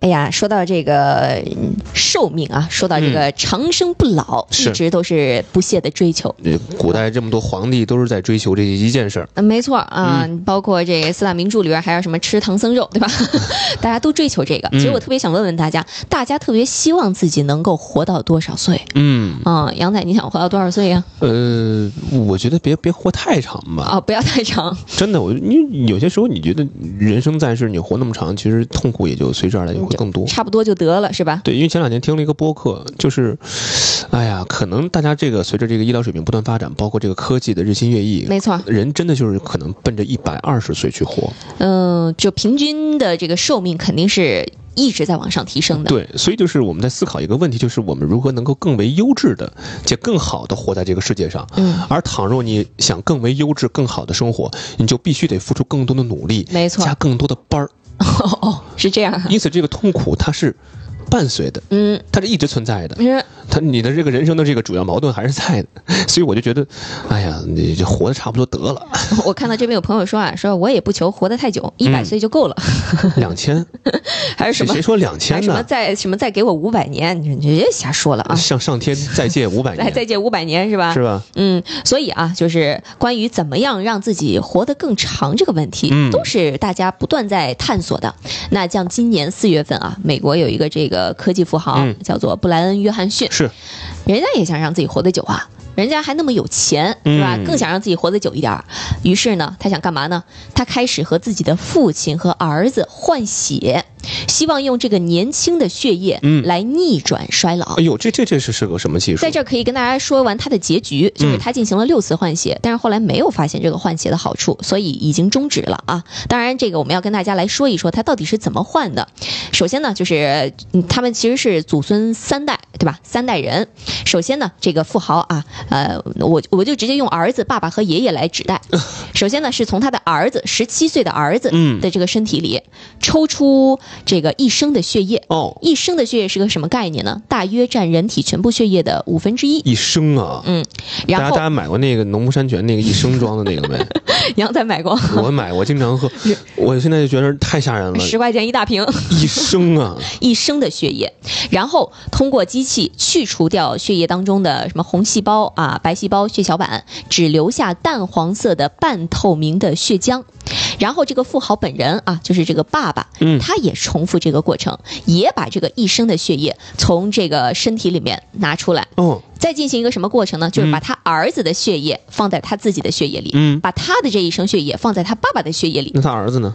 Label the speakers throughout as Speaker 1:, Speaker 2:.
Speaker 1: 哎呀，说到这个嗯寿命啊，说到这个长生不老，
Speaker 2: 是
Speaker 1: 一直都是不懈的追求。
Speaker 2: 呃，古代这么多皇帝都是在追求这一件事儿，
Speaker 1: 嗯，没错啊，包括这个四大名著里边还有什么吃唐僧肉，对吧？大家都追求这个。其实我特别想问问大家，大家特别希望自己能够活到多少岁
Speaker 2: 嗯，
Speaker 1: 啊、杨仔，你想活到多少岁呀、
Speaker 2: 呃，我觉得别别活太长吧，
Speaker 1: 啊？不要太长，
Speaker 2: 真的，我你有些时候你觉得人生在世，你活那么长，其实痛苦也就随之而来，也会更多。
Speaker 1: 差不多就得了，是吧？
Speaker 2: 对，因为前两年听了一个播客，就是，哎呀，可能大家这个随着这个医疗水平不断发展，包括这个科技的日新月异，
Speaker 1: 没错，
Speaker 2: 人真的就是可能奔着一百二十岁去活。
Speaker 1: 嗯、就平均的这个寿命肯定是一直在往上提升的。
Speaker 2: 对，所以就是我们在思考一个问题，就是我们如何能够更为优质的且更好的活在这个世界上。
Speaker 1: 嗯，
Speaker 2: 而倘若你想更为优质、更好的生活，你就必须得付出更多的努力，
Speaker 1: 没错
Speaker 2: 加，更多的班儿。
Speaker 1: 哦哦，是这样啊。
Speaker 2: 因此，这个痛苦它是伴随的，
Speaker 1: 嗯，
Speaker 2: 它是一直存在的。
Speaker 1: 你说
Speaker 2: 他你的这个人生的这个主要矛盾还是在的，所以我就觉得，哎呀，你就活得差不多得了，
Speaker 1: 我看到这边有朋友说啊，说我也不求活得太久，一百
Speaker 2: 嗯
Speaker 1: 岁就够了，
Speaker 2: 两千，
Speaker 1: 还是什
Speaker 2: 谁
Speaker 1: 么
Speaker 2: 谁？说两
Speaker 1: 还
Speaker 2: 千
Speaker 1: 是什么
Speaker 2: 呢？
Speaker 1: 再什么再给我五百年？你说你别瞎说了啊！
Speaker 2: 上上天再借五百
Speaker 1: 来
Speaker 2: 年，
Speaker 1: 再借五百年是吧？
Speaker 2: 是吧？
Speaker 1: 嗯，所以啊，就是关于怎么样让自己活得更长这个问题，
Speaker 2: 嗯
Speaker 1: 都是大家不断在探索的。那像今年四月份啊，美国有一个这个科技富豪、
Speaker 2: 嗯
Speaker 1: 叫做布莱恩·约翰逊，
Speaker 2: 是，
Speaker 1: 人家也想让自己活得久啊。人家还那么有钱，是吧？
Speaker 2: 嗯
Speaker 1: 更想让自己活得久一点儿。于是呢，他想干嘛呢？他开始和自己的父亲和儿子换血，希望用这个年轻的血液
Speaker 2: 嗯
Speaker 1: 来逆转衰老。
Speaker 2: 哎呦，这这这是是个什么技术？嗯
Speaker 1: 在这儿可以跟大家说完他的结局，就是他进行了六次换血，但是后来没有发现这个换血的好处，所以已经终止了啊。当然，这个我们要跟大家来说一说他到底是怎么换的。首先呢，就是嗯他们其实是祖孙三代，对吧？三代人。首先呢，这个富豪啊，呃，我我就直接用儿子、爸爸和爷爷来指 代。首先呢，是从他的儿子十七岁的儿子
Speaker 2: 嗯
Speaker 1: 的这个身体里抽出这个一升的血液，
Speaker 2: 哦，
Speaker 1: 一升的血液是个什么概念呢？大约占人体全部血液的五分之一。
Speaker 2: 一升啊！
Speaker 1: 嗯，
Speaker 2: 大家
Speaker 1: 然
Speaker 2: 大
Speaker 1: 后
Speaker 2: 家买过那个农夫山泉那个一升装的那个没？
Speaker 1: 杨仔买过，
Speaker 2: 我买，我经常喝，我现在就觉得太吓人了，
Speaker 1: 十块钱一大瓶，
Speaker 2: 一升啊！
Speaker 1: 一升的血液，然后通过机器去除掉血液当中的什么红细胞啊、白细胞、血小板，只留下淡黄色的半透明的血浆。然后这个富豪本人啊，就是这个爸爸，
Speaker 2: 嗯
Speaker 1: 他也重复这个过程，也把这个一升的血液从这个身体里面拿出来，
Speaker 2: 哦，
Speaker 1: 再进行一个什么过程呢？就是把他儿子的血液放在他自己的血液里，
Speaker 2: 嗯
Speaker 1: 把他的这一升血液放在他爸爸的血液里，
Speaker 2: 那他儿子呢？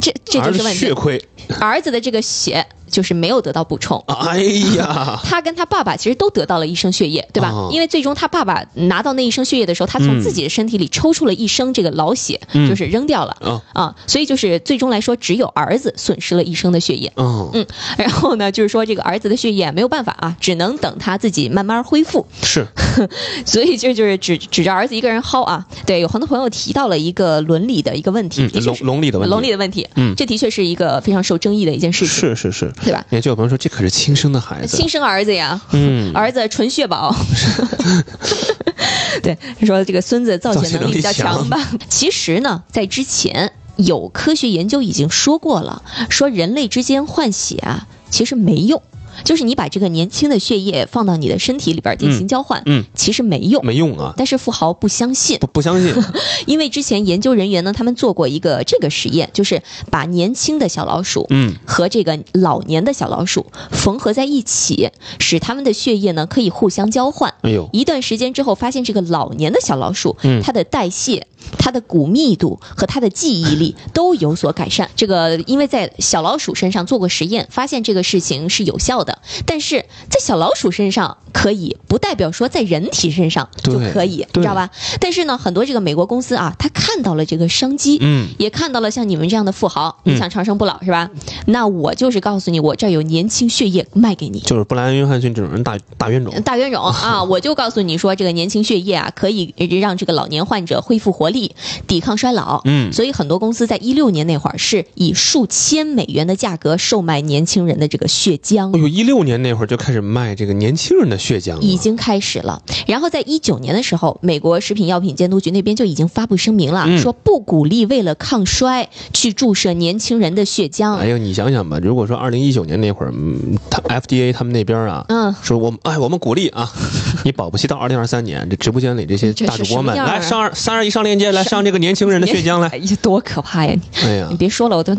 Speaker 1: 这这
Speaker 2: 儿
Speaker 1: 就
Speaker 2: 子
Speaker 1: 是问题
Speaker 2: 血。亏
Speaker 1: 儿子的这个血就是没有得到补充。
Speaker 2: 哎 呀，
Speaker 1: 他跟他爸爸其实都得到了一升血液，对吧？
Speaker 2: 哦
Speaker 1: 因为最终他爸爸拿到那一升血液的时候，他从
Speaker 2: 嗯
Speaker 1: 自己的身体里抽出了一升这个老血，
Speaker 2: 嗯
Speaker 1: 就是扔掉了、
Speaker 2: 哦
Speaker 1: 啊。所以就是最终来说，只有儿子损失了一升的血液。
Speaker 2: 哦，
Speaker 1: 然后呢，就是说这个儿子的血液没有办法啊，只能等他自己慢慢恢复。
Speaker 2: 是，
Speaker 1: 所以这就是指指着儿子一个人薅啊。对，有很多朋友提到了一个伦理的一个问题，
Speaker 2: 嗯
Speaker 1: 的，确
Speaker 2: 笼
Speaker 1: 是
Speaker 2: 笼里的问题，
Speaker 1: 伦理的问题，
Speaker 2: 嗯
Speaker 1: 这的确是一个非常受争议的一件事情，
Speaker 2: 是是是。
Speaker 1: 对吧？
Speaker 2: 也哎就有朋友说，这可是亲生的孩子，
Speaker 1: 亲生儿子呀，
Speaker 2: 嗯，
Speaker 1: 儿子纯 血宝。对，说这个孙子造
Speaker 2: 造
Speaker 1: 血
Speaker 2: 血
Speaker 1: 能
Speaker 2: 能
Speaker 1: 力
Speaker 2: 力
Speaker 1: 比较强
Speaker 2: 强
Speaker 1: 吧。其实呢，在之前有科学研究已经说过了，说人类之间换血啊，其实没用。就是你把这个年轻的血液放到你的身体里边进行交换，
Speaker 2: 嗯嗯
Speaker 1: 其实没用。
Speaker 2: 没用啊，
Speaker 1: 但是富豪不相信，
Speaker 2: 不不相 信，
Speaker 1: 因为之前研究人员呢，他们做过一个这个实验，就是把年轻的小老鼠
Speaker 2: 嗯，
Speaker 1: 和这个老年的小老鼠缝合在一起，使它们的血液呢可以互相交换。
Speaker 2: 哎呦，
Speaker 1: 一段时间之后，发现这个老年的小老鼠，
Speaker 2: 嗯
Speaker 1: 它的代谢它的骨密度和它的记忆力都有所改善。这个因为在小老鼠身上做过实验，发现这个事情是有效的，但是在小老鼠身上可以，不代表说在人体身上就
Speaker 2: 对
Speaker 1: 可以，你
Speaker 2: 对
Speaker 1: 知道吧？但是呢，很多这个美国公司啊，他看到了这个商机，
Speaker 2: 嗯，
Speaker 1: 也看到了像你们这样的富豪，你
Speaker 2: 嗯
Speaker 1: 想长生不老是吧？那我就是告诉你，我这儿有年轻血液卖给你。
Speaker 2: 就是布莱恩·约翰逊这种人大大冤种，
Speaker 1: 大冤 种啊！我就告诉你说，这个年轻血液啊，可以让这个老年患者恢复活力，抵抗衰老。
Speaker 2: 嗯
Speaker 1: 所以很多公司在一六年那会儿是以数千美元的价格售卖年轻人的这个血
Speaker 2: 哎
Speaker 1: 浆。
Speaker 2: 呦，一六年那会儿就开始卖这个年轻人的血浆了，
Speaker 1: 已经开始了，然后在一九年的时候，美国食品药品监督局那边就已经发布声明了，
Speaker 2: 嗯
Speaker 1: 说不鼓励为了抗衰去注射年轻人的血浆。
Speaker 2: 哎呦，你想想吧，如果说二零一九年那会儿，嗯，他 FDA 他们那边啊，
Speaker 1: 嗯，
Speaker 2: 说我们哎，我们鼓励啊， 你保不齐到二零二三年，这直播间里这些
Speaker 1: 这
Speaker 2: 大
Speaker 1: 是
Speaker 2: 主播们
Speaker 1: 什么样啊
Speaker 2: 来上二三二一上链接，来上这个年轻人的血浆来，
Speaker 1: 哎呀，多可怕呀！你
Speaker 2: 哎呀
Speaker 1: 你，别说了，我都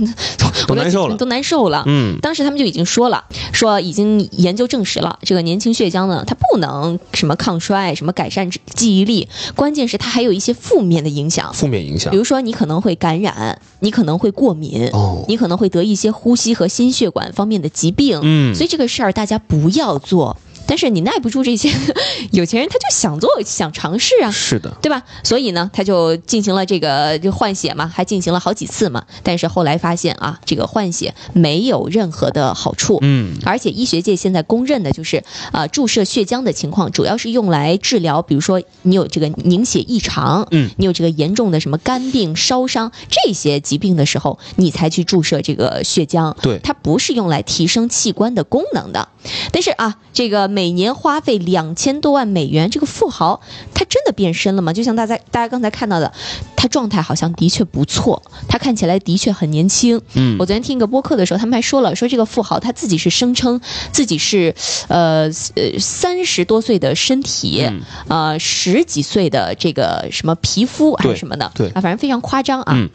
Speaker 2: 都难受
Speaker 1: 我
Speaker 2: 了
Speaker 1: 都难受了。
Speaker 2: 嗯，
Speaker 1: 当时他们就已经说了，说已经研究证实了，这个年轻血浆呢，它不能什么抗衰，什么改善记忆力，关键是它还有一些负面的影响，
Speaker 2: 负面影响
Speaker 1: 比如说你可能会感染，你可能会过敏，
Speaker 2: 啊哦，
Speaker 1: 你可能会得一些呼吸和心血管方面的疾病。
Speaker 2: 嗯
Speaker 1: 所以这个事儿大家不要做。但是你耐不住这些 有钱人，他就想做，想尝试啊。
Speaker 2: 是的，
Speaker 1: 对吧？所以呢，他就进行了这个就换血嘛，还进行了好几次嘛。但是后来发现啊，这个换血没有任何的好处。
Speaker 2: 嗯，
Speaker 1: 而且医学界现在公认的就是，啊，注射血浆的情况主要是用来治疗，比如说你有这个凝血异常，
Speaker 2: 嗯，
Speaker 1: 你有这个严重的什么肝病、烧伤这些疾病的时候，你才去注射这个血浆。
Speaker 2: 对
Speaker 1: 它不是用来提升器官的功能的。但是啊，这个每年花费两千多万美元，这个富豪他真的变身了吗？就像大家大家刚才看到的，他状态好像的确不错，他看起来的确很年轻。
Speaker 2: 嗯
Speaker 1: 我昨天听一个播客的时候，他们还说了，说这个富豪他自己是声称自己是，呃呃三十多岁的身体，
Speaker 2: 嗯
Speaker 1: 呃十几岁的这个什么皮肤还是
Speaker 2: 对
Speaker 1: 什么的，
Speaker 2: 对
Speaker 1: 啊，反正非常夸张啊。
Speaker 2: 嗯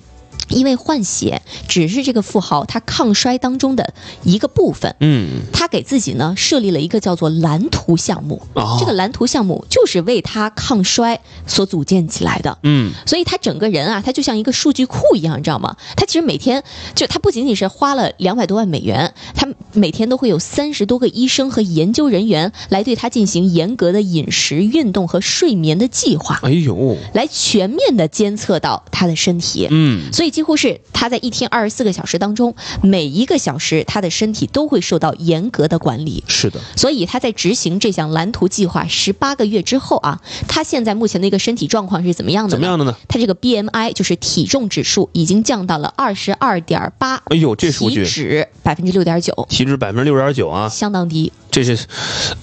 Speaker 1: 因为换血只是这个富豪他抗衰当中的一个部分，
Speaker 2: 嗯，
Speaker 1: 他给自己呢设立了一个叫做蓝图项目，
Speaker 2: 哦，
Speaker 1: 这个蓝图项目就是为他抗衰所组建起来的。
Speaker 2: 嗯，
Speaker 1: 所以他整个人啊，他就像一个数据库一样，你知道吗？他其实每天就他不仅仅是花了两百多万美元，他每天都会有三十多个医生和研究人员来对他进行严格的饮食、运动和睡眠的计划，
Speaker 2: 哎呦，
Speaker 1: 来全面的监测到他的身体。
Speaker 2: 嗯，
Speaker 1: 所以几乎是他在一天二十四个小时当中，每一个小时他的身体都会受到严格的管理。
Speaker 2: 是的，
Speaker 1: 所以他在执行这项蓝图计划十八个月之后啊，他现在目前的一个身体状况是怎么样的
Speaker 2: 怎么
Speaker 1: 呢？
Speaker 2: 样的呢？
Speaker 1: 他这个 BMI 就是体重指数已经降到了二十二点八，
Speaker 2: 哎呦，这数
Speaker 1: 体
Speaker 2: 据
Speaker 1: 脂百分之六点九，
Speaker 2: 体脂百分之六十点九啊，
Speaker 1: 相当低。
Speaker 2: 这是，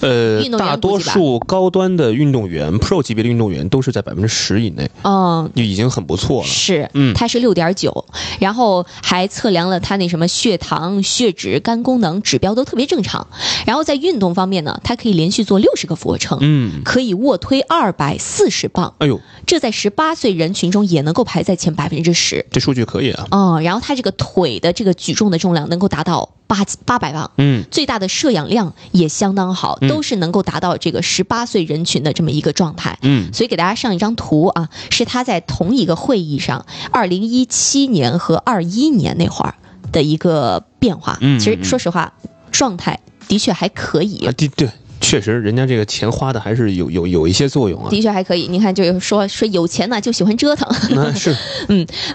Speaker 2: 呃
Speaker 1: 运动员，
Speaker 2: 大
Speaker 1: 估
Speaker 2: 多
Speaker 1: 计吧
Speaker 2: 数高端的运动员，Pro 级别的运动员都是在百分之十以内，
Speaker 1: 嗯，
Speaker 2: 就已经很不错了。
Speaker 1: 是，
Speaker 2: 嗯
Speaker 1: 它是六点九，然后还测量了他那什么血糖、血脂、肝功能指标都特别正常。然后在运动方面呢，他可以连续做六十个俯卧撑。
Speaker 2: 嗯，
Speaker 1: 可以卧推二百四十磅，
Speaker 2: 哎呦，
Speaker 1: 这在十八岁人群中也能够排在前百分之十。
Speaker 2: 这数据可以啊。
Speaker 1: 哦，然后他这个腿的这个举重的重量能够达到八八百磅，
Speaker 2: 嗯，
Speaker 1: 最大的摄氧量也相当好，
Speaker 2: 嗯
Speaker 1: 都是能够达到这个十八岁人群的这么一个状态。
Speaker 2: 嗯，
Speaker 1: 所以给大家上一张图啊，是他在同一个会议上，二零一七年和二一年那会儿的一个变化。
Speaker 2: 嗯嗯
Speaker 1: 其实说实话，状态的确还可以
Speaker 2: 啊，。对对，确实，人家这个钱花的还是有有有一些作用啊。
Speaker 1: 的确还可以，你看，就是说说有钱呢就喜欢折腾，
Speaker 2: 那是，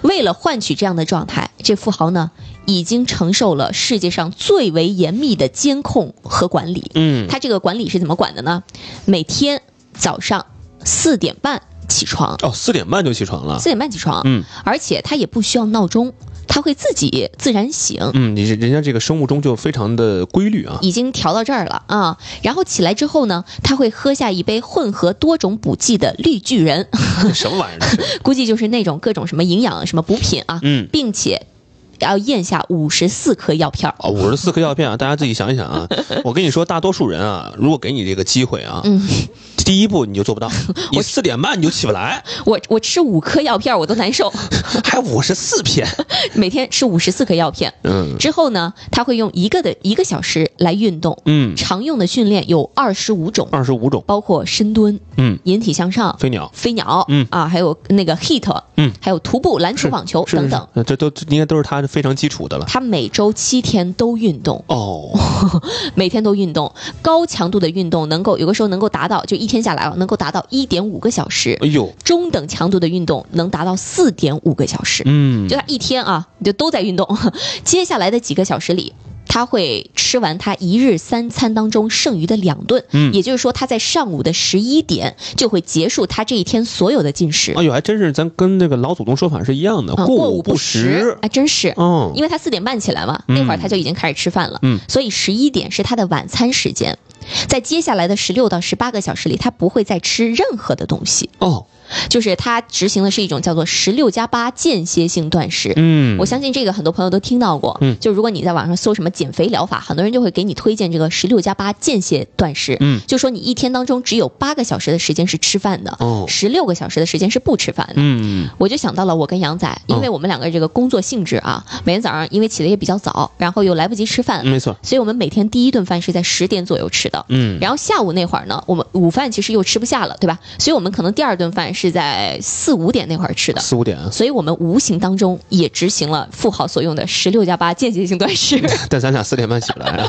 Speaker 1: 为了换取这样的状态，这富豪呢已经承受了世界上最为严密的监控和管理。
Speaker 2: 嗯，
Speaker 1: 他这个管理是怎么管的呢？每天早上四点半起床，
Speaker 2: 哦，四点半就起床了
Speaker 1: 四。点半起床，
Speaker 2: 嗯
Speaker 1: 而且他也不需要闹钟，他会自己自然醒。
Speaker 2: 嗯，你这人家这个生物钟就非常的规律啊。
Speaker 1: 已经调到这儿了啊，然后起来之后呢，他会喝下一杯混合多种补剂的绿巨人，
Speaker 2: 什么玩意儿这是？
Speaker 1: 估计就是那种各种什么营养什么补品啊，
Speaker 2: 嗯
Speaker 1: 并且要咽下五十四颗药片儿。
Speaker 2: 啊，五十四颗药片啊，大家自己想一想 啊。我跟你说，大多数人啊，如果给你这个机会啊，
Speaker 1: 嗯，
Speaker 2: 第一步你就做不 到，你四点半你就起不来，
Speaker 1: 我我吃五颗药片儿我都难受，
Speaker 2: 还五十四片，
Speaker 1: 每天吃五十四颗药片。
Speaker 2: 嗯
Speaker 1: 之后呢，他会用一个的一个小时来运动，
Speaker 2: 嗯，
Speaker 1: 常用的训练有二十五种，
Speaker 2: 二十五种，
Speaker 1: 包括深蹲、
Speaker 2: 嗯，
Speaker 1: 引体向上、
Speaker 2: 飞鸟，
Speaker 1: 飞鸟，
Speaker 2: 嗯
Speaker 1: 啊，还有那个 HIT，
Speaker 2: 嗯，
Speaker 1: 还有徒步、篮球、网球
Speaker 2: 是
Speaker 1: 哦等等。，
Speaker 2: 是是这都这应该都是他非常基础 的了。
Speaker 1: 他每周七天都运动，
Speaker 2: 哦，
Speaker 1: 每天都运动，高强度的运动能够有的时候能够达到，就一天下来啊，能够达到一点五个小时；
Speaker 2: 哎呦，
Speaker 1: 中等强度的运动能达到四点五个小时。
Speaker 2: 嗯
Speaker 1: 就他一天啊，就都在运动。 接下来的几个小时里，他会吃完他一日三餐当中剩余的两顿，
Speaker 2: 嗯
Speaker 1: 也就是说他在上午的十一点就会结束他这一天所有的进食。
Speaker 2: 哎呦，还真是，咱跟那个老祖宗说法是一样的，
Speaker 1: 啊
Speaker 2: 过
Speaker 1: 午
Speaker 2: 不
Speaker 1: 食，。哎，真是。
Speaker 2: 嗯
Speaker 1: 因为他四点半起来嘛，
Speaker 2: 嗯
Speaker 1: 那会儿他就已经开始吃饭了，
Speaker 2: 嗯
Speaker 1: 所以十一点是他的晚餐时间。在接下来的十六到十八个小时里，他不会再吃任何的东西，
Speaker 2: 哦，
Speaker 1: 就是他执行的是一种叫做十六加八间歇性断食。
Speaker 2: 嗯
Speaker 1: 我相信这个很多朋友都听到过，
Speaker 2: 嗯
Speaker 1: 就如果你在网上搜什么减肥疗法，很多人就会给你推荐这个十六加八间歇断食，
Speaker 2: 嗯
Speaker 1: 就说你一天当中只有八个小时的时间是吃饭的，
Speaker 2: 哦
Speaker 1: 十六个小时的时间是不吃饭的。
Speaker 2: 嗯
Speaker 1: 我就想到了我跟杨仔，因为我们两个这个工作性质啊，每天早上因为起得也比较早，然后又来不及吃饭，
Speaker 2: 没错，
Speaker 1: 所以我们每天第一顿饭是在十点左右吃的。
Speaker 2: 嗯
Speaker 1: 然后下午那会儿呢，我们午饭其实又吃不下了，对吧？所以我们可能第二顿饭是在四五点那会儿吃的。
Speaker 2: 四五点，啊
Speaker 1: 所以我们无形当中也执行了富豪所用的十六加八间歇性 断食，
Speaker 2: 但咱俩四点半起不来 啊，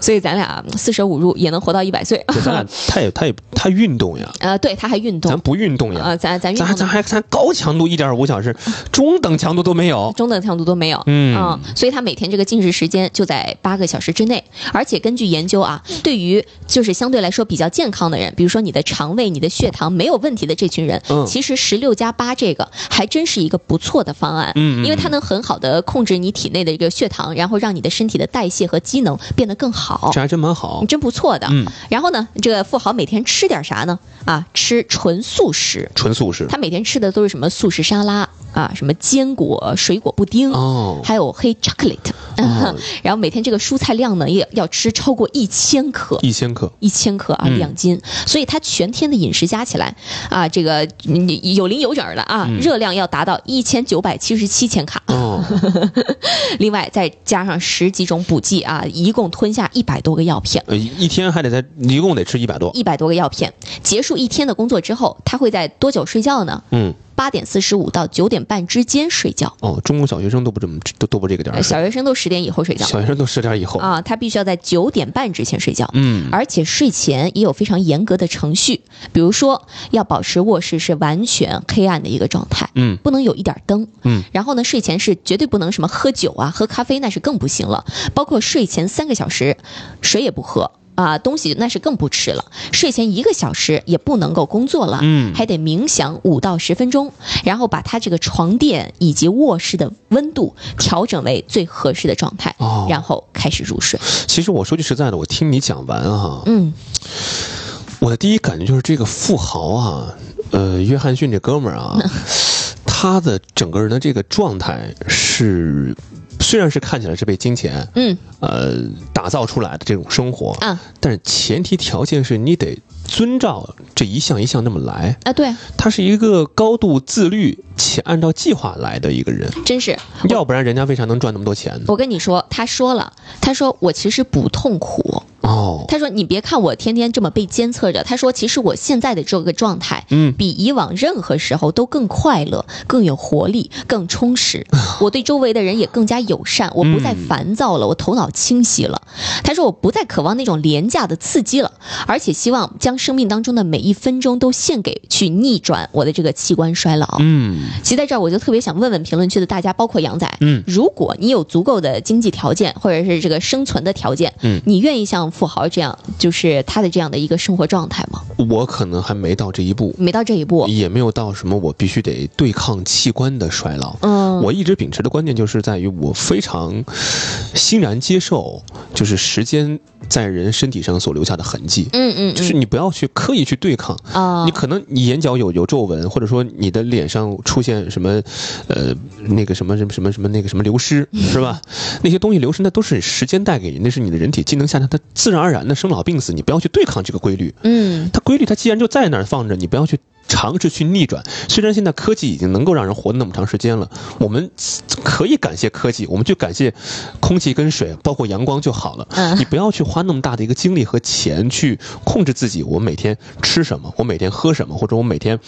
Speaker 1: 所以咱俩四舍五入也能活到一百岁。
Speaker 2: 对咱俩太太太运动呀，
Speaker 1: 呃，对，他还运
Speaker 2: 咱
Speaker 1: 动，
Speaker 2: 不运动呀
Speaker 1: 呃，，咱咱运
Speaker 2: 咱
Speaker 1: 动
Speaker 2: 咱
Speaker 1: 的
Speaker 2: 还咱高强度一点五小时，中等强度都没有。
Speaker 1: 中等强度都没有，
Speaker 2: 嗯
Speaker 1: 嗯，所以他每天这个进食时间就在八个小时之内，而且根据研究啊，对于就是相对来说比较健康的人，比如说你的肠胃、你的血糖没有问题的这群人，
Speaker 2: 嗯
Speaker 1: 其实十六加八这个还真是一个不错的方案，
Speaker 2: 嗯嗯
Speaker 1: 因为它能很好的控制你体内的一个血糖，然后让你的身体的代谢和机能变得更好
Speaker 2: 这，还真蛮好。
Speaker 1: 真不错的。
Speaker 2: 嗯，
Speaker 1: 然后呢，这个富豪每天吃点啥呢？啊，吃纯素食。
Speaker 2: 纯素食
Speaker 1: 他每天吃的都是什么素食沙拉啊，什么坚果、水果布丁，
Speaker 2: 哦，
Speaker 1: 还有黑 chocolate，、嗯
Speaker 2: 哦
Speaker 1: 然后每天这个蔬菜量呢也要吃超过一千克。
Speaker 2: 一千克。
Speaker 1: 一千克啊，
Speaker 2: 嗯
Speaker 1: 两斤，所以他全天的饮食加起来啊，这个嗯有零有整儿的啊，
Speaker 2: 嗯
Speaker 1: 热量要达到一千九百七十七千卡，
Speaker 2: 哦，
Speaker 1: 另外再加上十几种补剂啊，一共吞下一百多个药片。
Speaker 2: 呃一一天还得在，一共得吃一百多。
Speaker 1: 一百多个药片，结束一天的工作之后，他会在多久睡觉呢？
Speaker 2: 嗯，
Speaker 1: 八点四十五到九点半之间睡觉，
Speaker 2: 哦，中国小学生都不这么都都不这个点
Speaker 1: 呃
Speaker 2: 儿睡，
Speaker 1: 小学生都十点以后睡觉
Speaker 2: 小学生都十点以后。
Speaker 1: 啊，他必须要在九点半之前睡觉。
Speaker 2: 嗯，
Speaker 1: 而且睡前也有非常严格的程序，比如说要保持卧室是完全黑暗的一个状态，
Speaker 2: 嗯，
Speaker 1: 不能有一点灯，
Speaker 2: 嗯，
Speaker 1: 然后呢，睡前是绝对不能什么喝酒啊、喝咖啡，那是更不行了，包括睡前三个小时水也不喝。啊，东西那是更不吃了。睡前一个小时也不能够工作了，
Speaker 2: 嗯
Speaker 1: 还得冥想五到十分钟，然后把他这个床垫以及卧室的温度调整为最合适的状态，
Speaker 2: 哦
Speaker 1: 然后开始 入睡。
Speaker 2: 其实我说句实在的，我听你讲完啊，
Speaker 1: 嗯，
Speaker 2: 我的第一感觉就是这个富豪啊，呃，约翰逊这哥们儿啊，
Speaker 1: 嗯
Speaker 2: 他的整个人的这个状态是，虽然是看起来是被金钱
Speaker 1: 嗯
Speaker 2: 呃打造出来的这种生活，
Speaker 1: 啊
Speaker 2: 但是前提条件是你得遵照这一项一项那么来。
Speaker 1: 啊，对，
Speaker 2: 他是一个高度自律且按照计划来的一个人，
Speaker 1: 真是，
Speaker 2: 要不然人家为啥能赚那么多钱呢？
Speaker 1: 我跟你说，他说了，他说我其实不痛苦。
Speaker 2: 哦，
Speaker 1: 他说你别看我天天这么被监测着，他说其实我现在的这个状态，
Speaker 2: 嗯
Speaker 1: 比以往任何时候都更快乐、更有活力、更充实。 我对周围的人也更加友善，我不再烦躁
Speaker 2: 嗯
Speaker 1: 了，我头脑清晰了。他说我不再渴望那种廉价的刺激了，而且希望将生命当中的每一分钟都献给去逆转我的这个器官衰老。
Speaker 2: 嗯
Speaker 1: 其实在这儿，我就特别想问问评论区的大家，包括杨仔，
Speaker 2: 嗯
Speaker 1: 如果你有足够的经济条件或者是这个生存的条件，
Speaker 2: 嗯
Speaker 1: 你愿意像富豪这样，就是他的这样的一个生活状态吗？
Speaker 2: 我可能还没到这一步，
Speaker 1: 没到这一步，
Speaker 2: 也没有到什么我必须得对抗器官的衰老。
Speaker 1: 嗯，
Speaker 2: 我一直秉持的观念就是在于我非常欣然接受，就是时间在人身体上所留下的痕迹，
Speaker 1: 嗯嗯，
Speaker 2: 就是
Speaker 1: 嗯
Speaker 2: 你不要去刻意去对抗。
Speaker 1: 啊，
Speaker 2: 你可能你眼角有有皱纹，或者说你的脸上出现什么，呃，那个什么什么什么什么那个什么流失，是吧？那些东西流失，那都是时间带给你，那是你的人体机能下降，它自然而然的生老病死，你不要去对抗这个规律。
Speaker 1: 嗯
Speaker 2: 它规律它既然就在那儿放着，你不要去尝试去逆转。虽然现在科技已经能够让人活那么长时间了，我们可以感谢科技，我们去感谢空气跟水，包括阳光就好了。
Speaker 1: 嗯
Speaker 2: 你不要去花那么大的一个精力和钱去控制自己，我每天吃什么，我每天喝什么，或者我每天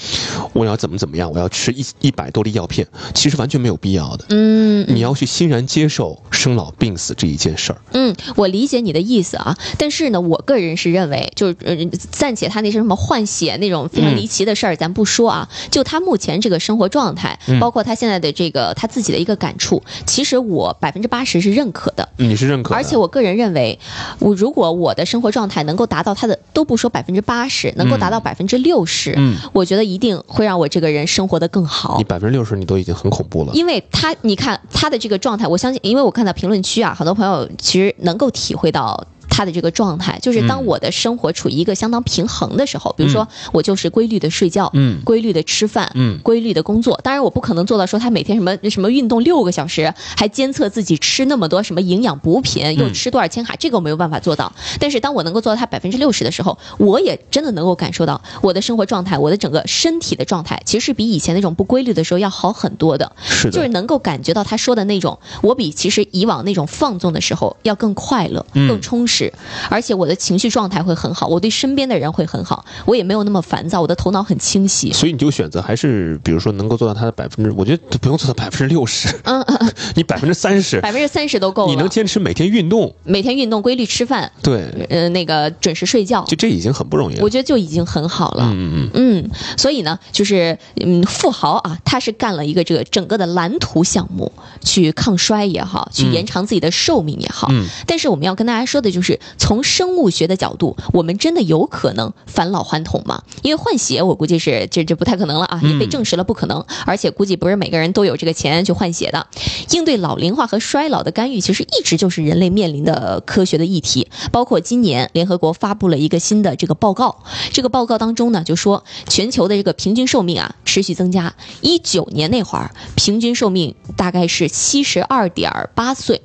Speaker 2: 我要怎么怎么样，我要吃一一百多粒药片，其实完全没有必要的。
Speaker 1: 嗯，
Speaker 2: 你要去欣然接受生老病死这一件事儿，
Speaker 1: 嗯，我理解你的意思啊，但是呢，我个人是认为，就是呃，暂且他那些什么换血那种非常
Speaker 2: 嗯
Speaker 1: 离奇的事儿，咱不说啊。就他目前这个生活状态，
Speaker 2: 嗯
Speaker 1: 包括他现在的这个他自己的一个感触，其实我百分之八十是认可的。
Speaker 2: 你是认可的。啊
Speaker 1: 而且我个人认为，我如果我的生活状态能够达到他的，都不说百分之八十，能够达到百分之六十，
Speaker 2: 嗯，
Speaker 1: 我觉得一定会让我这个人生活的更好
Speaker 2: 你。百分之六十你都已经很恐怖了。
Speaker 1: 因为他，你看他的这个状态，我相信，因为我看到评论区啊，很多朋友其实能够体会到。他的这个状态，就是当
Speaker 2: 嗯
Speaker 1: 我的生活处于一个相当平衡的时候，比如说我就是规律的睡觉，
Speaker 2: 嗯
Speaker 1: 规律的吃饭，
Speaker 2: 嗯
Speaker 1: 规律的工作。当然，我不可能做到说他每天什么什么运动六个小时，还监测自己吃那么多什么营养补
Speaker 2: 嗯
Speaker 1: 品，又吃多少千卡，这个我没有办法做到。但是当我能够做到他百分之六十的时候，我也真的能够感受到我的生活状态，我的整个身体的状态，其实比以前那种不规律的时候要好很多的。
Speaker 2: 是的，
Speaker 1: 就是能够感觉到他说的那种，我比其实以往那种放纵的时候要更快乐、
Speaker 2: 嗯
Speaker 1: 更充实，而且我的情绪状态会很好，我对身边的人会很好，我也没有那么烦躁，我的头脑很清晰。
Speaker 2: 所以你就选择还是，比如说能够做到它的百分之，我觉得不用做到百分之六十，
Speaker 1: 嗯，
Speaker 2: 你百分之三十，
Speaker 1: 百分之三十都够
Speaker 2: 你能
Speaker 1: 了。
Speaker 2: 坚持每天运动，
Speaker 1: 每天运动、规律吃饭，
Speaker 2: 对，
Speaker 1: 呃，那个准时睡觉，
Speaker 2: 就这已经很不容易了
Speaker 1: 我。觉得就已经很好了。
Speaker 2: 嗯嗯
Speaker 1: 嗯，所以呢，就是嗯，富豪啊，他是干了一个这个整个的蓝图项目，去抗衰也好，去延长自己的寿命也好。
Speaker 2: 嗯
Speaker 1: 但是我们要跟大家说的就是，从生物学的角度，我们真的有可能返老还童吗？因为换血，我估计是这这不太可能了啊，也被证实了不可能，而且估计不是每个人都有这个钱去换血的。应对老龄化和衰老的干预，其实一直就是人类面临的科学的议题。包括今年联合国发布了一个新的这个报告，这个报告当中呢，就说全球的这个平均寿命啊持续增加，一九年那会儿平均寿命大概是七十二点八岁。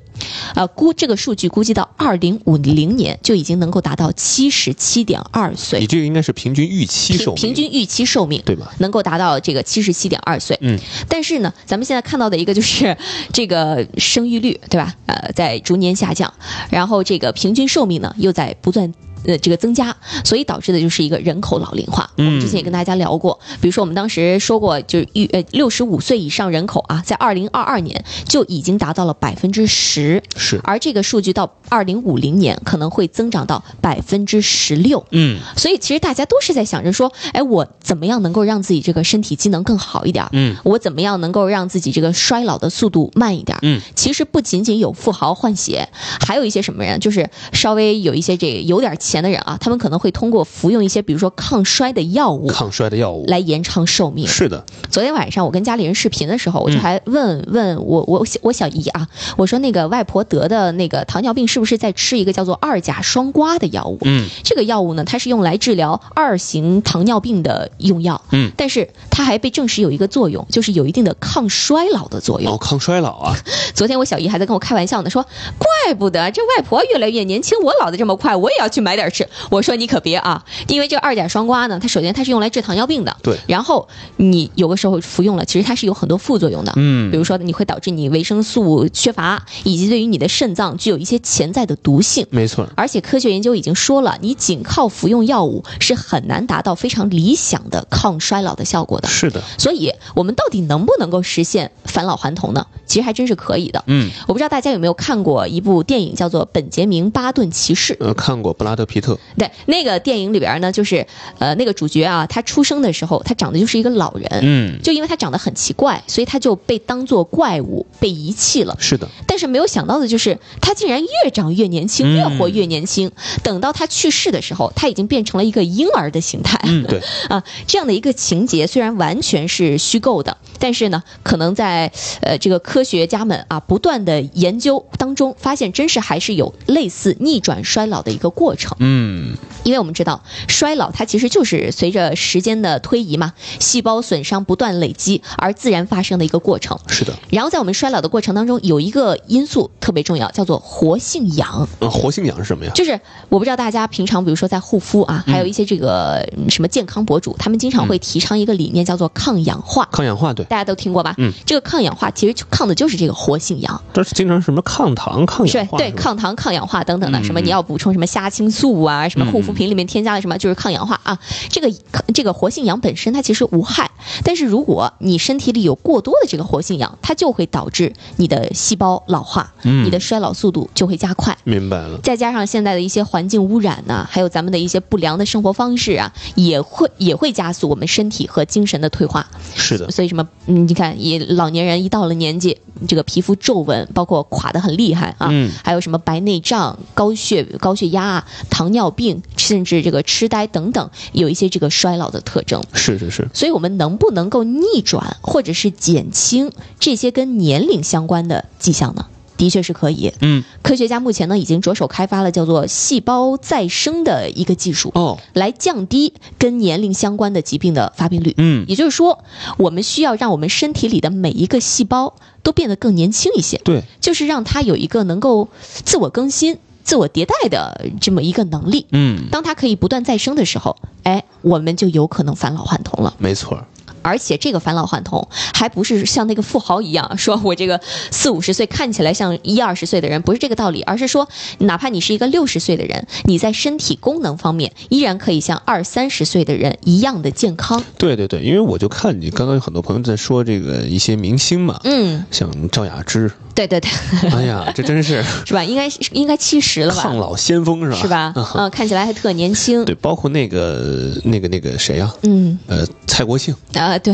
Speaker 1: 呃，估这个数据估计到二零五零年就已经能够达到七十七点二
Speaker 2: 嗯，你
Speaker 1: 岁，
Speaker 2: 这个应该是平均预期寿
Speaker 1: 平
Speaker 2: 命，
Speaker 1: 平均预期寿命
Speaker 2: 对吧？
Speaker 1: 能够达到这个七十七点二岁。
Speaker 2: 嗯，
Speaker 1: 但是呢，咱们现在看到的一个就是这个生育率，对吧？呃，在逐年下降，然后这个平均寿命呢又在不断。呃，这个增加，所以导致的就是一个人口老龄化。
Speaker 2: 嗯
Speaker 1: 我们之前也跟大家聊过，比如说我们当时说过，就是预呃六十五岁以上人口啊，在二零二二年就已经达到了百分之十，
Speaker 2: 是，
Speaker 1: 而这个数据到二零五零年可能会增长到百分之十六。
Speaker 2: 嗯
Speaker 1: 所以其实大家都是在想着说，哎，我怎么样能够让自己这个身体机能更好一点儿？
Speaker 2: 嗯
Speaker 1: 我怎么样能够让自己这个衰老的速度慢一点儿？
Speaker 2: 嗯
Speaker 1: 其实不仅仅有富豪换血，还有一些什么人，就是稍微有一些这个有点钱的人啊，他们可能会通过服用一些比如说抗衰的药物
Speaker 2: 抗衰的药物。
Speaker 1: 来延长寿命。
Speaker 2: 是的，
Speaker 1: 昨天晚上我跟家里人视频的时候，
Speaker 2: 嗯
Speaker 1: 我就还问、问我我小我小姨啊，我说那个外婆得的那个糖尿病是不是在吃一个叫做二甲双胍的药物？
Speaker 2: 嗯
Speaker 1: 这个药物呢，它是用来治疗二型糖尿病的用药，
Speaker 2: 嗯，
Speaker 1: 但是它还被证实有一个作用，就是有一定的抗衰老的作用。
Speaker 2: 哦，抗衰老啊，
Speaker 1: 昨天我小姨还在跟我开玩笑呢，说怪不得这外婆越来越年轻，我老的这么快，我也要去买点吃。我说你可别啊，因为这个二甲双胍呢，它首先它是用来治糖尿病的，
Speaker 2: 对
Speaker 1: 然后你有个时候服用了，其实它是有很多副作用的，
Speaker 2: 嗯
Speaker 1: 比如说你会导致你维生素缺乏，以及对于你的肾脏具有一些潜在的毒性。
Speaker 2: 没错儿，
Speaker 1: 而且科学研究已经说了，你仅靠服用药物是很难达到非常理想长的抗衰老的效果的。
Speaker 2: 是的，
Speaker 1: 所以，我们到底能不能够实现返老还童呢？其实还真是可以的。
Speaker 2: 嗯，
Speaker 1: 我不知道大家有没有看过一部电影，叫做《本杰明·巴顿骑士》。
Speaker 2: 呃，看过布拉德皮特，
Speaker 1: 对，那个电影里边呢，就是呃，那个主角啊，他出生的时候，他长得就是一个老人，
Speaker 2: 嗯，
Speaker 1: 就因为他长得很奇怪，所以他就被当做怪物被遗弃了。
Speaker 2: 是的，
Speaker 1: 但是没有想到的就是，他竟然越长越年轻，越活越年轻。等到他去世的时候，他已经变成了一个婴儿的形态。
Speaker 2: 嗯，对，
Speaker 1: 啊，这样的一个情节虽然完全是虚构的，但是呢，可能在呃这个科学家们啊不断的研究当中，发现真是还是有类似逆转衰老的一个过程。
Speaker 2: 嗯，
Speaker 1: 因为我们知道，衰老它其实就是随着时间的推移嘛，细胞损伤不断累积而自然发生的一个过程。
Speaker 2: 是的，
Speaker 1: 然后在我们衰老的过程当中，有一个因素特别重要，叫做活性氧。
Speaker 2: 呃，活性氧是什么呀？
Speaker 1: 就是我不知道大家平常，比如说在护肤啊，还有一些这个嗯什么健康博主，他们经常会提倡一个理念，叫做抗氧化。
Speaker 2: 抗氧化，对，
Speaker 1: 大家都听过吧？
Speaker 2: 嗯，
Speaker 1: 这个抗氧化其实就抗的就是这个活性氧，
Speaker 2: 但是经常什么抗糖、抗
Speaker 1: 是
Speaker 2: 氧化，
Speaker 1: 对
Speaker 2: 是吧，
Speaker 1: 抗糖、抗氧化等等的，
Speaker 2: 嗯
Speaker 1: 什么你要补充什么虾青素啊，什么护肤品里面添加了什么，就是抗氧化啊。这个这个活性氧本身它其实无害，但是如果你身体里有过多的这个活性氧，它就会导致你的细胞老化，
Speaker 2: 嗯
Speaker 1: 你的衰老速度就会加快。
Speaker 2: 明白了，
Speaker 1: 再加上现在的一些环境污染呐、还有咱们的一些不良的生活方式啊，也会也会加速我们身体和精神的退化。
Speaker 2: 是的，
Speaker 1: 所以什么，嗯，你看，也老年人一到了年纪，这个皮肤皱纹，包括垮得很厉害啊，
Speaker 2: 嗯
Speaker 1: 还有什么白内障、高血高血压啊、糖尿病，甚至这个痴呆等等，有一些这个衰老的特征。
Speaker 2: 是是是，
Speaker 1: 所以我们能不能够逆转或者是减轻这些跟年龄相关的迹象呢？的确是可以。
Speaker 2: 嗯，
Speaker 1: 科学家目前呢已经着手开发了叫做细胞再生的一个技术，
Speaker 2: 哦，
Speaker 1: 来降低跟年龄相关的疾病的发病率。
Speaker 2: 嗯，
Speaker 1: 也就是说，我们需要让我们身体里的每一个细胞都变得更年轻一些，
Speaker 2: 对，
Speaker 1: 就是让它有一个能够自我更新、自我迭代的这么一个能力。
Speaker 2: 嗯，
Speaker 1: 当它可以不断再生的时候，哎，我们就有可能返老还童了。
Speaker 2: 没错儿，
Speaker 1: 而且这个返老还童还不是像那个富豪一样，说我这个四五十岁看起来像一二十岁的人，不是这个道理，而是说，哪怕你是一个六十岁的人，你在身体功能方面依然可以像二三十岁的人一样的健康。
Speaker 2: 对对对，因为我就看你刚刚有很多朋友在说这个一些明星嘛，
Speaker 1: 嗯，
Speaker 2: 像赵雅芝，
Speaker 1: 对对对，
Speaker 2: 哎呀，这真是
Speaker 1: 是吧？应该是应该七十了
Speaker 2: 抗
Speaker 1: 吧？
Speaker 2: 老先锋是吧？
Speaker 1: 是吧？
Speaker 2: 嗯
Speaker 1: 嗯，看起来还特年轻。
Speaker 2: 对，包括那个那个那个谁啊，
Speaker 1: 嗯
Speaker 2: 呃，蔡国 庆，
Speaker 1: 啊，对，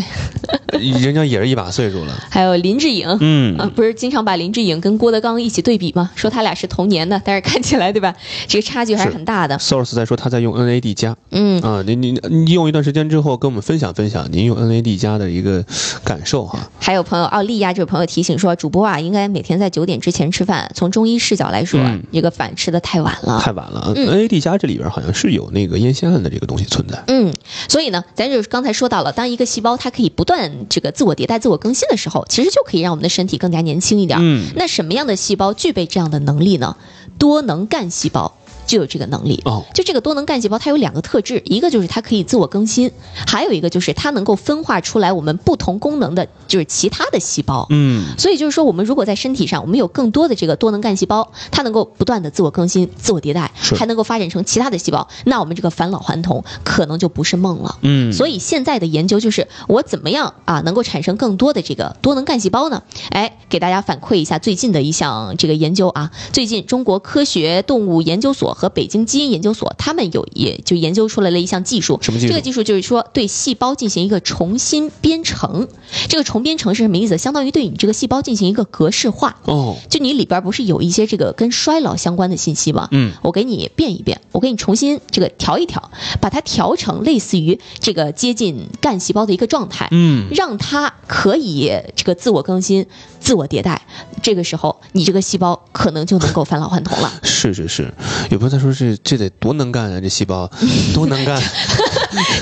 Speaker 2: 人家也是一把岁数了，
Speaker 1: 还有林志颖。
Speaker 2: 嗯
Speaker 1: 啊，不是经常把林志颖跟郭德纲一起对比吗？说他俩是同年的，但是看起来对吧， 这个差距还是
Speaker 2: 是
Speaker 1: 很大的。
Speaker 2: Source 在说他在用 NAD 加
Speaker 1: 嗯，
Speaker 2: 啊，您您您用一段时间之后跟我们分享分享您用 NAD 加的一个感受哈、
Speaker 1: 还有朋友奥利亚这位朋友提醒说，主播啊，应该每天在九点之前吃饭。从中医视角来说，
Speaker 2: 嗯
Speaker 1: 这个饭吃的太晚了。
Speaker 2: 太晚了啊、n a d 加这里边好像是有那个烟酰胺的这个东西存在，
Speaker 1: 嗯，所以呢，咱就是刚才说到了，当一个细胞它可以不断这个自我迭代、自我更新的时候，其实就可以让我们的身体更加年轻一点。
Speaker 2: 嗯，
Speaker 1: 那什么样的细胞具备这样的能力呢？多能干细胞就有这个能力。
Speaker 2: 哦，
Speaker 1: 就这个多能干细胞，它有两个特质，一个就是它可以自我更新，还有一个就是它能够分化出来我们不同功能的，就是其他的细胞。
Speaker 2: 嗯，
Speaker 1: 所以就是说，我们如果在身体上，我们有更多的这个多能干细胞，它能够不断的自我更新、自我迭代
Speaker 2: 是，
Speaker 1: 还能够发展成其他的细胞，那我们这个返老还童可能就不是梦了。
Speaker 2: 嗯，
Speaker 1: 所以现在的研究就是，我怎么样啊能够产生更多的这个多能干细胞呢？哎，给大家反馈一下最近的一项这个研究啊，最近中国科学动物研究所和北京基因研究所，他们有也就研究出来了一项技术，
Speaker 2: 什么技术
Speaker 1: 这个技术就是说对细胞进行一个重新编程。这个重编程是什么意思？相当于对你这个细胞进行一个格式化。
Speaker 2: 哦，
Speaker 1: 就你里边儿不是有一些这个跟衰老相关的信息吗？
Speaker 2: 嗯，
Speaker 1: 我给你变一变，我给你重新这个调一调，把它调成类似于这个接近干细胞的一个状态，
Speaker 2: 嗯，
Speaker 1: 让它可以这个自我更新、自我迭代。这个时候，你这个细胞可能就能够返老还童 了。
Speaker 2: 是是是，有朋友在说这这得多能干啊，这细 胞多能干，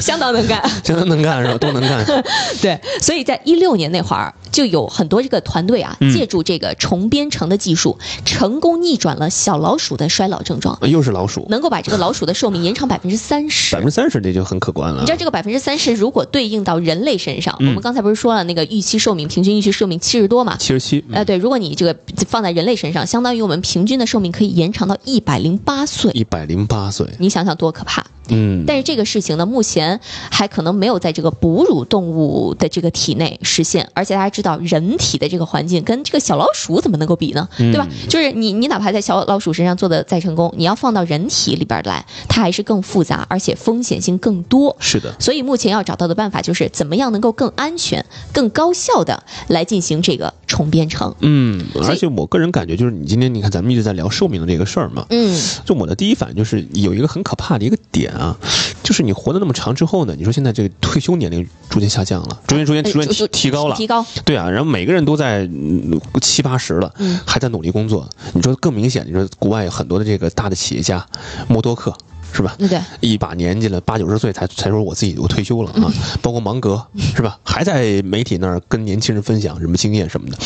Speaker 1: 相当能干。
Speaker 2: 相当能干是吧？多能 干，
Speaker 1: 对，所以在一六年那会儿，就有很多这个团队啊，借助这个重编程的技术，成功逆转了小老鼠的衰老症状，
Speaker 2: 又是老鼠，
Speaker 1: 能够把这个老鼠的寿命延长百分之三十
Speaker 2: 百。分之三十那就很可观了
Speaker 1: 你知。道这个百分之三十如果对应到人类身上，
Speaker 2: 嗯
Speaker 1: 我们刚才不是说了那个预期寿命，平均预期寿命七十多嘛？
Speaker 2: 七十七，
Speaker 1: 呃，对，如果你这个放在人类身上，相当于我们平均的寿命可以延长到一百零八岁，
Speaker 2: 一百零八岁，
Speaker 1: 你想想多可怕！
Speaker 2: 嗯，
Speaker 1: 但是这个事情呢，目前还可能没有在这个哺乳动物的这个体内实现。而且大家知道，人体的这个环境跟这个小老鼠怎么能够比呢？
Speaker 2: 嗯
Speaker 1: 对吧？就是你你哪怕在小老鼠身上做的再成功，你要放到人体里边来，它还是更复杂，而且风险性更多。
Speaker 2: 是的，
Speaker 1: 所以目前要找到的办法就是怎么样能够更安全、更高效的来进行这个重编程。
Speaker 2: 嗯，
Speaker 1: 以
Speaker 2: 而且我个人感觉就是，你今天你看咱们一直在聊寿命的这个事儿嘛，
Speaker 1: 嗯，
Speaker 2: 就我的第一反应就是有一个很可怕的一个点啊，就是你活得那么长之后呢，你说现在这个退休年龄逐渐下降了，逐渐逐渐
Speaker 1: 呃
Speaker 2: 逐渐
Speaker 1: 就
Speaker 2: 提
Speaker 1: 就
Speaker 2: 提高了，
Speaker 1: 提高，
Speaker 2: 对啊，然后每个人都在嗯七八十了，
Speaker 1: 嗯
Speaker 2: 还在努力工作。你说更明显，你说国外有很多的这个大的企业家，默多克是吧？
Speaker 1: 对对，
Speaker 2: 一把年纪了，八九十岁才才说我自己我退休了
Speaker 1: 嗯
Speaker 2: 啊，包括芒格是吧，还在媒体那儿跟年轻人分享什么经验什么的。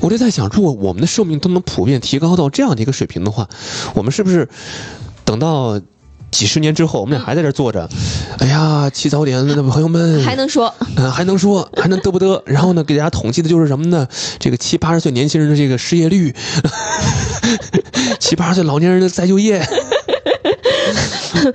Speaker 2: 我就在想，如果我们的寿命都能普遍提高到这样的一个水平的话，我们是不是等到几十年之后，我们俩还在这儿坐着？哎呀，起早点了，那朋友们，
Speaker 1: 还能说
Speaker 2: 呃，还能说，还能嘚不嘚？然后呢，给大家统计的就是什么呢？这个七八十岁年轻人的这个失业率， 七八十岁老年人的再就业，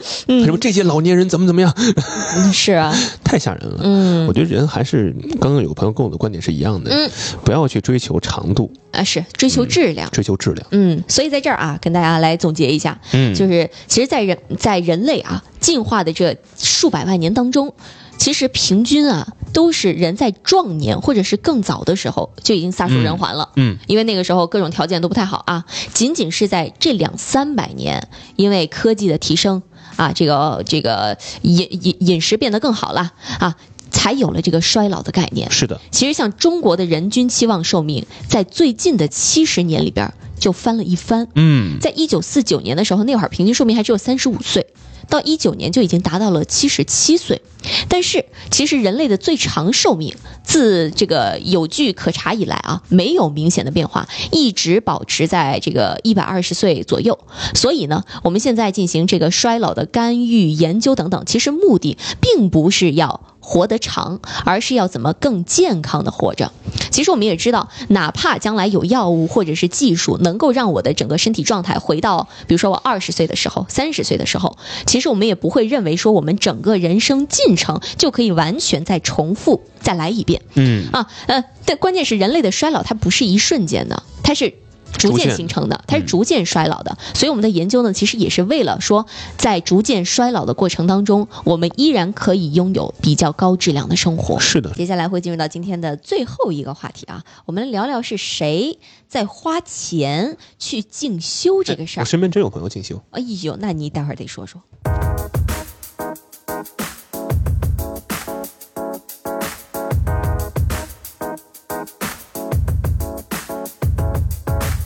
Speaker 2: 什么这些老年人怎么怎么样，
Speaker 1: 嗯是啊，
Speaker 2: 太吓人了。
Speaker 1: 嗯
Speaker 2: 我觉得人还是刚刚有个朋友跟我的观点是一样的，
Speaker 1: 嗯
Speaker 2: 不要去追求长度，
Speaker 1: 啊是追求质量。
Speaker 2: 追求质量。
Speaker 1: 嗯，所以在这儿啊，跟大家来总结一下，
Speaker 2: 嗯
Speaker 1: 就是其实，在人在人类啊进化的这数百万年当中，其实平均啊都是人在壮年或者是更早的时候就已经撒手人寰了。
Speaker 2: 嗯
Speaker 1: 因为那个时候各种条件都不太好啊，仅仅是在这两三百年，因为科技的提升啊，这个这个饮饮饮食变得更好了啊，才有了这个衰老的概念。
Speaker 2: 是的，
Speaker 1: 其实像中国的人均期望寿命，在最近的七十年里边儿就翻了一番。
Speaker 2: 嗯
Speaker 1: 在一九四九年的时候，那会儿平均寿命还只有三十五岁，到一九年就已经达到了七十七岁。但是，其实人类的最长寿命自这个有据可查以来啊，没有明显的变化，一直保持在这个一百二十岁左右。所以呢，我们现在进行这个衰老的干预研究等等，其实目的并不是要活得长，而是要怎么更健康的活着。其实我们也知道，哪怕将来有药物或者是技术能够让我的整个身体状态回到，比如说我二十岁的时候、三十岁的时候，其实我们也不会认为说我们整个人生进程就可以完全再重复再来一遍
Speaker 2: 嗯，
Speaker 1: 啊。呃，但关键是人类的衰老它不是一瞬间的，它是。逐
Speaker 2: 逐
Speaker 1: 渐嗯
Speaker 2: 渐
Speaker 1: 形成的，它是逐渐衰老的，所以我们的研究呢，其实也是为了说，在逐渐衰老的过程当中，我们依然可以拥有比较高质量的生活。
Speaker 2: 是的，
Speaker 1: 接下来会进入到今天的最后一个话题啊，我们来聊聊是谁在花钱去进修这个事
Speaker 2: 我
Speaker 1: 儿。
Speaker 2: 身边真有朋友进修，
Speaker 1: 哎呦，那你待会儿得说说。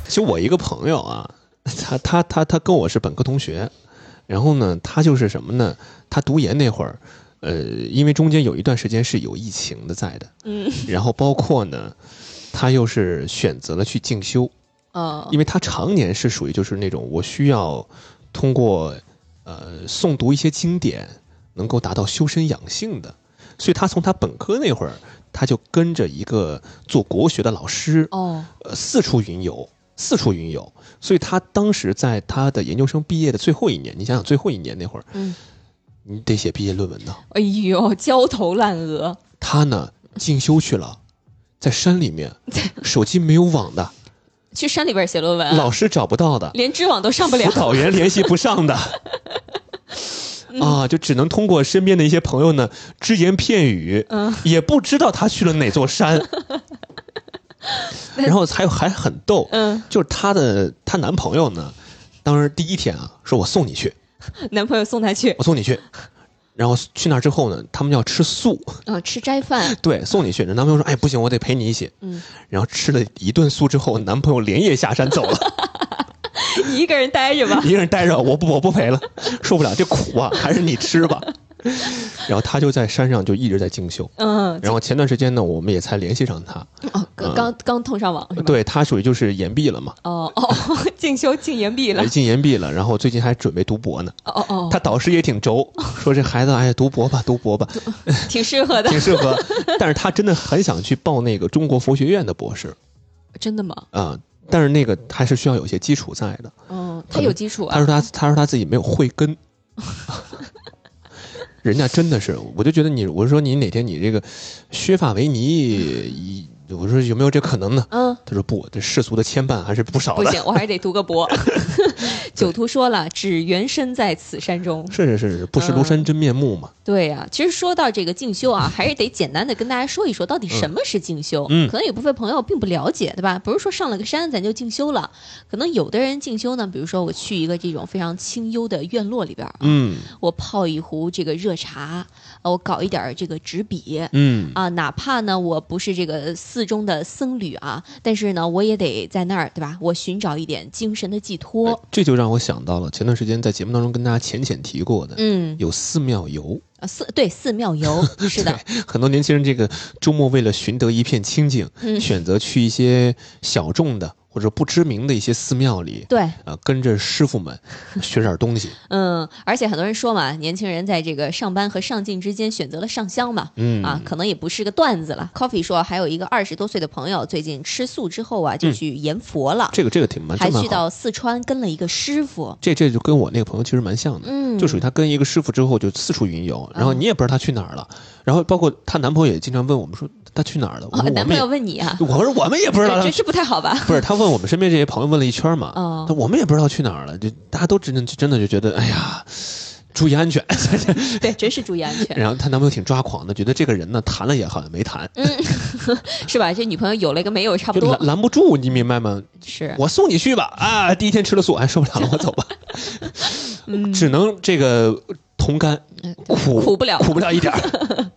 Speaker 2: 其实我一个朋友啊， 他他他他跟我是本科同学，然后呢，他就是什么呢？他读研那会儿，呃，因为中间有一段时间是有疫情的在的，
Speaker 1: 嗯，
Speaker 2: 然后包括呢，他又是选择了去进修，
Speaker 1: 哦，
Speaker 2: 因为他常年是属于就是那种我需要通过呃诵读一些经典，能够达到修身养性的，所以他从他本科那会儿，他就跟着一个做国学的老师，
Speaker 1: 哦，
Speaker 2: 呃，四处云游，四处云游。所以他当时在他的研究生毕业的最后一年，你想想最后一年那会儿，
Speaker 1: 嗯，
Speaker 2: 你得写毕业论文呢。
Speaker 1: 哎呦，焦头烂额，
Speaker 2: 他呢进修去了，在山里面，手机没有网的，
Speaker 1: 去山里边写论文，
Speaker 2: 老师找不到的，
Speaker 1: 连知网都啊上不了
Speaker 2: 辅。导员联系不上 的。啊，就只能通过身边的一些朋友呢，只言片语，
Speaker 1: 嗯
Speaker 2: 也不知道他去了哪座 山。然后还有还很逗，
Speaker 1: 嗯，
Speaker 2: 就是她的她男朋友呢，当时第一天啊，说我送你去，
Speaker 1: 男朋友送她去，
Speaker 2: 我送你去。然后去那儿之后呢，他们要吃素，
Speaker 1: 嗯、吃斋饭，
Speaker 2: 对，送你去。然后男朋友说：“哎，不行，我得陪你一起。”
Speaker 1: 嗯，
Speaker 2: 然后吃了一顿素之后，男朋友连夜下山走 了，
Speaker 1: 你一个人待着吧。
Speaker 2: 一个人待着，我不我不陪了，受不了，这苦啊，还是你吃吧。 然后他就在山上就一直在进修。
Speaker 1: 嗯，
Speaker 2: 然后前段时间呢，我们也才联系上他，
Speaker 1: 哦，刚刚刚通上网是吧？。
Speaker 2: 对他属于就是延毕了嘛，
Speaker 1: 哦哦， 进修进研毕了。
Speaker 2: 进延毕了，然后最近还准备读博呢。
Speaker 1: 哦哦，
Speaker 2: 他导师也挺轴，说这孩子哎，读博吧，读博吧，
Speaker 1: 挺适合 的，
Speaker 2: 挺适合。但是他真的很想去报那个中国佛学院的博士
Speaker 1: 真的吗？
Speaker 2: 啊、但是那个还是需要有些基础在的。
Speaker 1: 嗯，他有基础
Speaker 2: 他
Speaker 1: 啊。
Speaker 2: 说他他说他自己没有慧根， 人家真的是，我就觉得你，我说你哪天你这个削发为尼，一我说有没有这可能呢？
Speaker 1: 嗯，
Speaker 2: 他说不，这世俗的牵绊还是不少
Speaker 1: 不
Speaker 2: 的。
Speaker 1: 行，我还是得读个博。 九图说了，只缘身在此山 中。
Speaker 2: 是是是是，不识庐山真面目嘛。
Speaker 1: 对呀、其实说到这个进修 啊，还是得简单的跟大家说一说，到底什么是进修。
Speaker 2: 嗯
Speaker 1: 可能有部分朋友并不了解，对吧？不是说上了个山咱就进修了，可能有的人进修呢，比如说我去一个这种非常清幽的院落里边儿，
Speaker 2: 嗯
Speaker 1: 我泡一壶这个热茶，呃我搞一点儿这个纸笔，
Speaker 2: 嗯，
Speaker 1: 啊，哪怕呢我不是这个寺中的僧侣啊，但是呢我也得在那儿，对吧？我寻找一点精神的寄托。
Speaker 2: 哎这就让我想到了前段时间在节目当中跟大家浅浅提过的，
Speaker 1: 嗯，
Speaker 2: 有寺庙游。
Speaker 1: 啊寺对寺庙游是 的，
Speaker 2: 对，很多年轻人这个周末为了寻得一片清静，
Speaker 1: 嗯
Speaker 2: 选择去一些小众的或者不知名的一些寺庙里，
Speaker 1: 对，
Speaker 2: 啊、跟着师傅 们学点东西。
Speaker 1: 嗯，而且很多人说嘛，年轻人在这个上班和上进之间选择了上香嘛，
Speaker 2: 嗯
Speaker 1: 啊，可能也不是个段子了。Coffee 说，还有一个二十多岁的朋友，最近吃素之后啊，就去研佛了，
Speaker 2: 嗯这个这个挺蛮，
Speaker 1: 还
Speaker 2: 这蛮
Speaker 1: 去
Speaker 2: 好
Speaker 1: 到四川跟了一个师傅。
Speaker 2: 这这就跟我那个朋友其实蛮像的，
Speaker 1: 嗯，
Speaker 2: 就属于他跟一个师傅之后就四处云游，然后你也不知道他去哪儿了，然后包括她男朋友也经常问我们说他去哪儿了，我
Speaker 1: 啊
Speaker 2: 说我
Speaker 1: 男
Speaker 2: 们
Speaker 1: 朋
Speaker 2: 也
Speaker 1: 友，问你啊，
Speaker 2: 我说我们也不知道
Speaker 1: 这
Speaker 2: 他，
Speaker 1: 这不太好吧？
Speaker 2: 不是他问我们身边这些朋友问了一圈嘛，
Speaker 1: 哦
Speaker 2: 那我们也不知道去哪儿了，就大家都真的真的就觉得哎呀，注意安全，
Speaker 1: 对，真是注意安 全。
Speaker 2: 然后她男朋友挺抓狂的，觉得这个人呢谈了也好像没谈，
Speaker 1: 是吧？这女朋友有了一个没有嗯差不
Speaker 2: 就
Speaker 1: 多
Speaker 2: 拦，拦不住，你明白吗？
Speaker 1: 是
Speaker 2: 我送你去吧！啊，第一天吃了素，哎，受不了了，我走 吧。只能这个同甘苦，
Speaker 1: 嗯苦不了
Speaker 2: 苦不了一点 儿。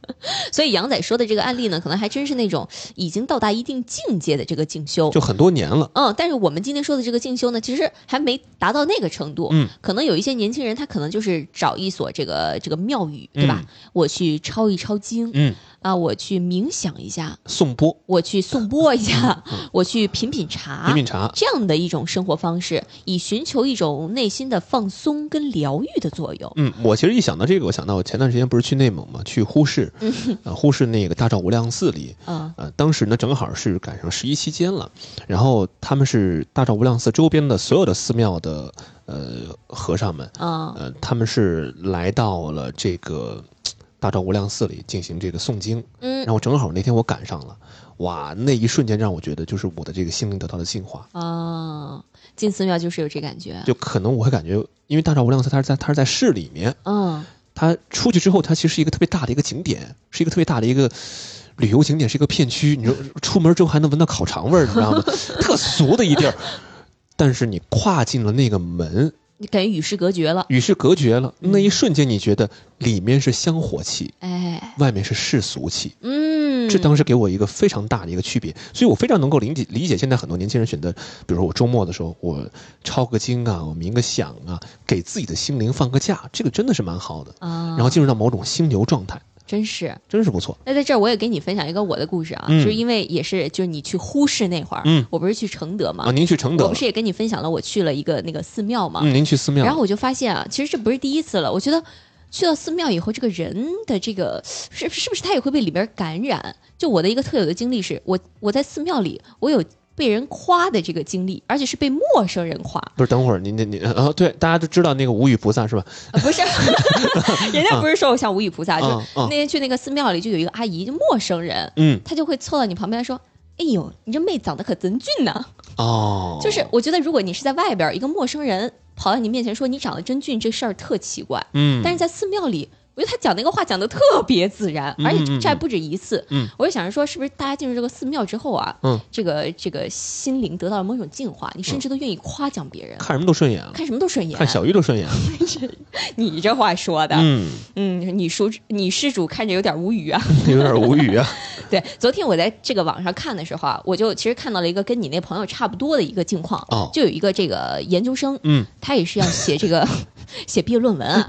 Speaker 1: 所以杨仔说的这个案例呢，可能还真是那种已经到达一定境界的这个进修
Speaker 2: 就。很多年了，
Speaker 1: 嗯，但是我们今天说的这个进修呢，其实还没达到那个程度。
Speaker 2: 嗯，
Speaker 1: 可能有一些年轻人，他可能就是找一所这个这个庙宇，对吧？
Speaker 2: 嗯
Speaker 1: 我去抄一抄经
Speaker 2: 嗯，
Speaker 1: 啊，我去冥想一下，
Speaker 2: 送钵、
Speaker 1: 我去颂钵一下，我去品品茶，
Speaker 2: 嗯饮品茶，
Speaker 1: 这样的一种生活方式，以寻求一种内心的放松跟疗愈的作用。
Speaker 2: 嗯，我其实一想到这个，我想到我前段时间不是去内蒙嘛，去呼市，呃，呼市那个大昭无量寺里，
Speaker 1: 嗯
Speaker 2: 呃，当时呢正好是赶上十一期间了，然后他们是大昭无量寺周边的所有的寺庙的呃和尚们，
Speaker 1: 嗯
Speaker 2: 呃，他们是来到了这个大昭无量寺里进行这个诵经，
Speaker 1: 嗯
Speaker 2: 然后正好那天我赶上了，哇，那一瞬间让我觉得就是我的这个心灵得到了净化，
Speaker 1: 啊，进寺庙就是有这感觉。
Speaker 2: 就可能我会感觉，因为大昭无量寺它是在它是在市里面，
Speaker 1: 嗯，
Speaker 2: 它出去之后它其实是一个特别大的一个景点，是一个特别大的一个。旅游景点是一个片区，你说出门之后还能闻到烤肠味儿，你知道吗？ 特俗的一地儿，但是你跨进了那个门，
Speaker 1: 你感觉与世隔绝了。
Speaker 2: 与世隔绝了。那一瞬间，你觉得里面是香火气，
Speaker 1: 哎，
Speaker 2: 外面是世俗气，
Speaker 1: 嗯，
Speaker 2: 这当时给我一个非常大的一个区别。所以我非常能够理解理解现在很多年轻人选择，比如说我周末的时候，我抄个经啊，我冥个想啊，给自己的心灵放个假，这个真的是蛮好的。
Speaker 1: 啊，
Speaker 2: 然后进入到某种心流状态，
Speaker 1: 真是。
Speaker 2: 真是不错。
Speaker 1: 那在这儿我也给你分享一个我的故事啊，
Speaker 2: 嗯
Speaker 1: 就是因为也是就是你去呼市那会儿，
Speaker 2: 嗯
Speaker 1: 我不是去承德嘛，
Speaker 2: 啊，您去承德
Speaker 1: 我
Speaker 2: 了
Speaker 1: 不是也跟你分享了我去了一个那个寺庙嘛，
Speaker 2: 嗯，您去寺庙了，
Speaker 1: 然后我就发现啊，其实这不是第一次了，我觉得。去到寺庙以后，这个人的这个是是不是他也会被里边感染？就我的一个特有的经历是，我我在寺庙里，我有被人夸的这个经历，而且是被陌生人夸，
Speaker 2: 不是等会儿您您您啊，对，大家都知道那个无语菩萨是吧？
Speaker 1: 啊 不是，人家不是说我像无语菩萨，就
Speaker 2: 啊啊
Speaker 1: 那天去那个寺庙里，就有一个阿姨，就陌生人，
Speaker 2: 嗯，
Speaker 1: 她就会凑到你旁边说。哎呦，你这妹长得可真俊呐、
Speaker 2: 哦，
Speaker 1: 就是我觉得，如果你是在外边儿，一个陌生人跑到你面前说你长得真俊，这事儿特奇怪。
Speaker 2: 嗯，
Speaker 1: 但是在寺庙里，我觉得他讲那个话讲得特别自然，而且这还不止一次。
Speaker 2: 嗯，
Speaker 1: 我就想着说，是不是大家进入这个寺庙之后啊，
Speaker 2: 嗯，
Speaker 1: 这个这个心灵得到了某种净化，你甚至都愿意夸奖别人，
Speaker 2: 看什么都顺眼了，
Speaker 1: 看什么都顺眼。
Speaker 2: 嗯看小鱼都顺眼了，
Speaker 1: 你这话说的，
Speaker 2: 嗯，
Speaker 1: 嗯，你叔你施主看着有点无语啊。
Speaker 2: 有点无语啊。
Speaker 1: 对，昨天我在这个网上看的时候啊，我就其实看到了一个跟你那朋友差不多的一个境况，
Speaker 2: 哦
Speaker 1: 就有一个这个研究生，
Speaker 2: 嗯，
Speaker 1: 他也是要写 这个写毕业论文啊，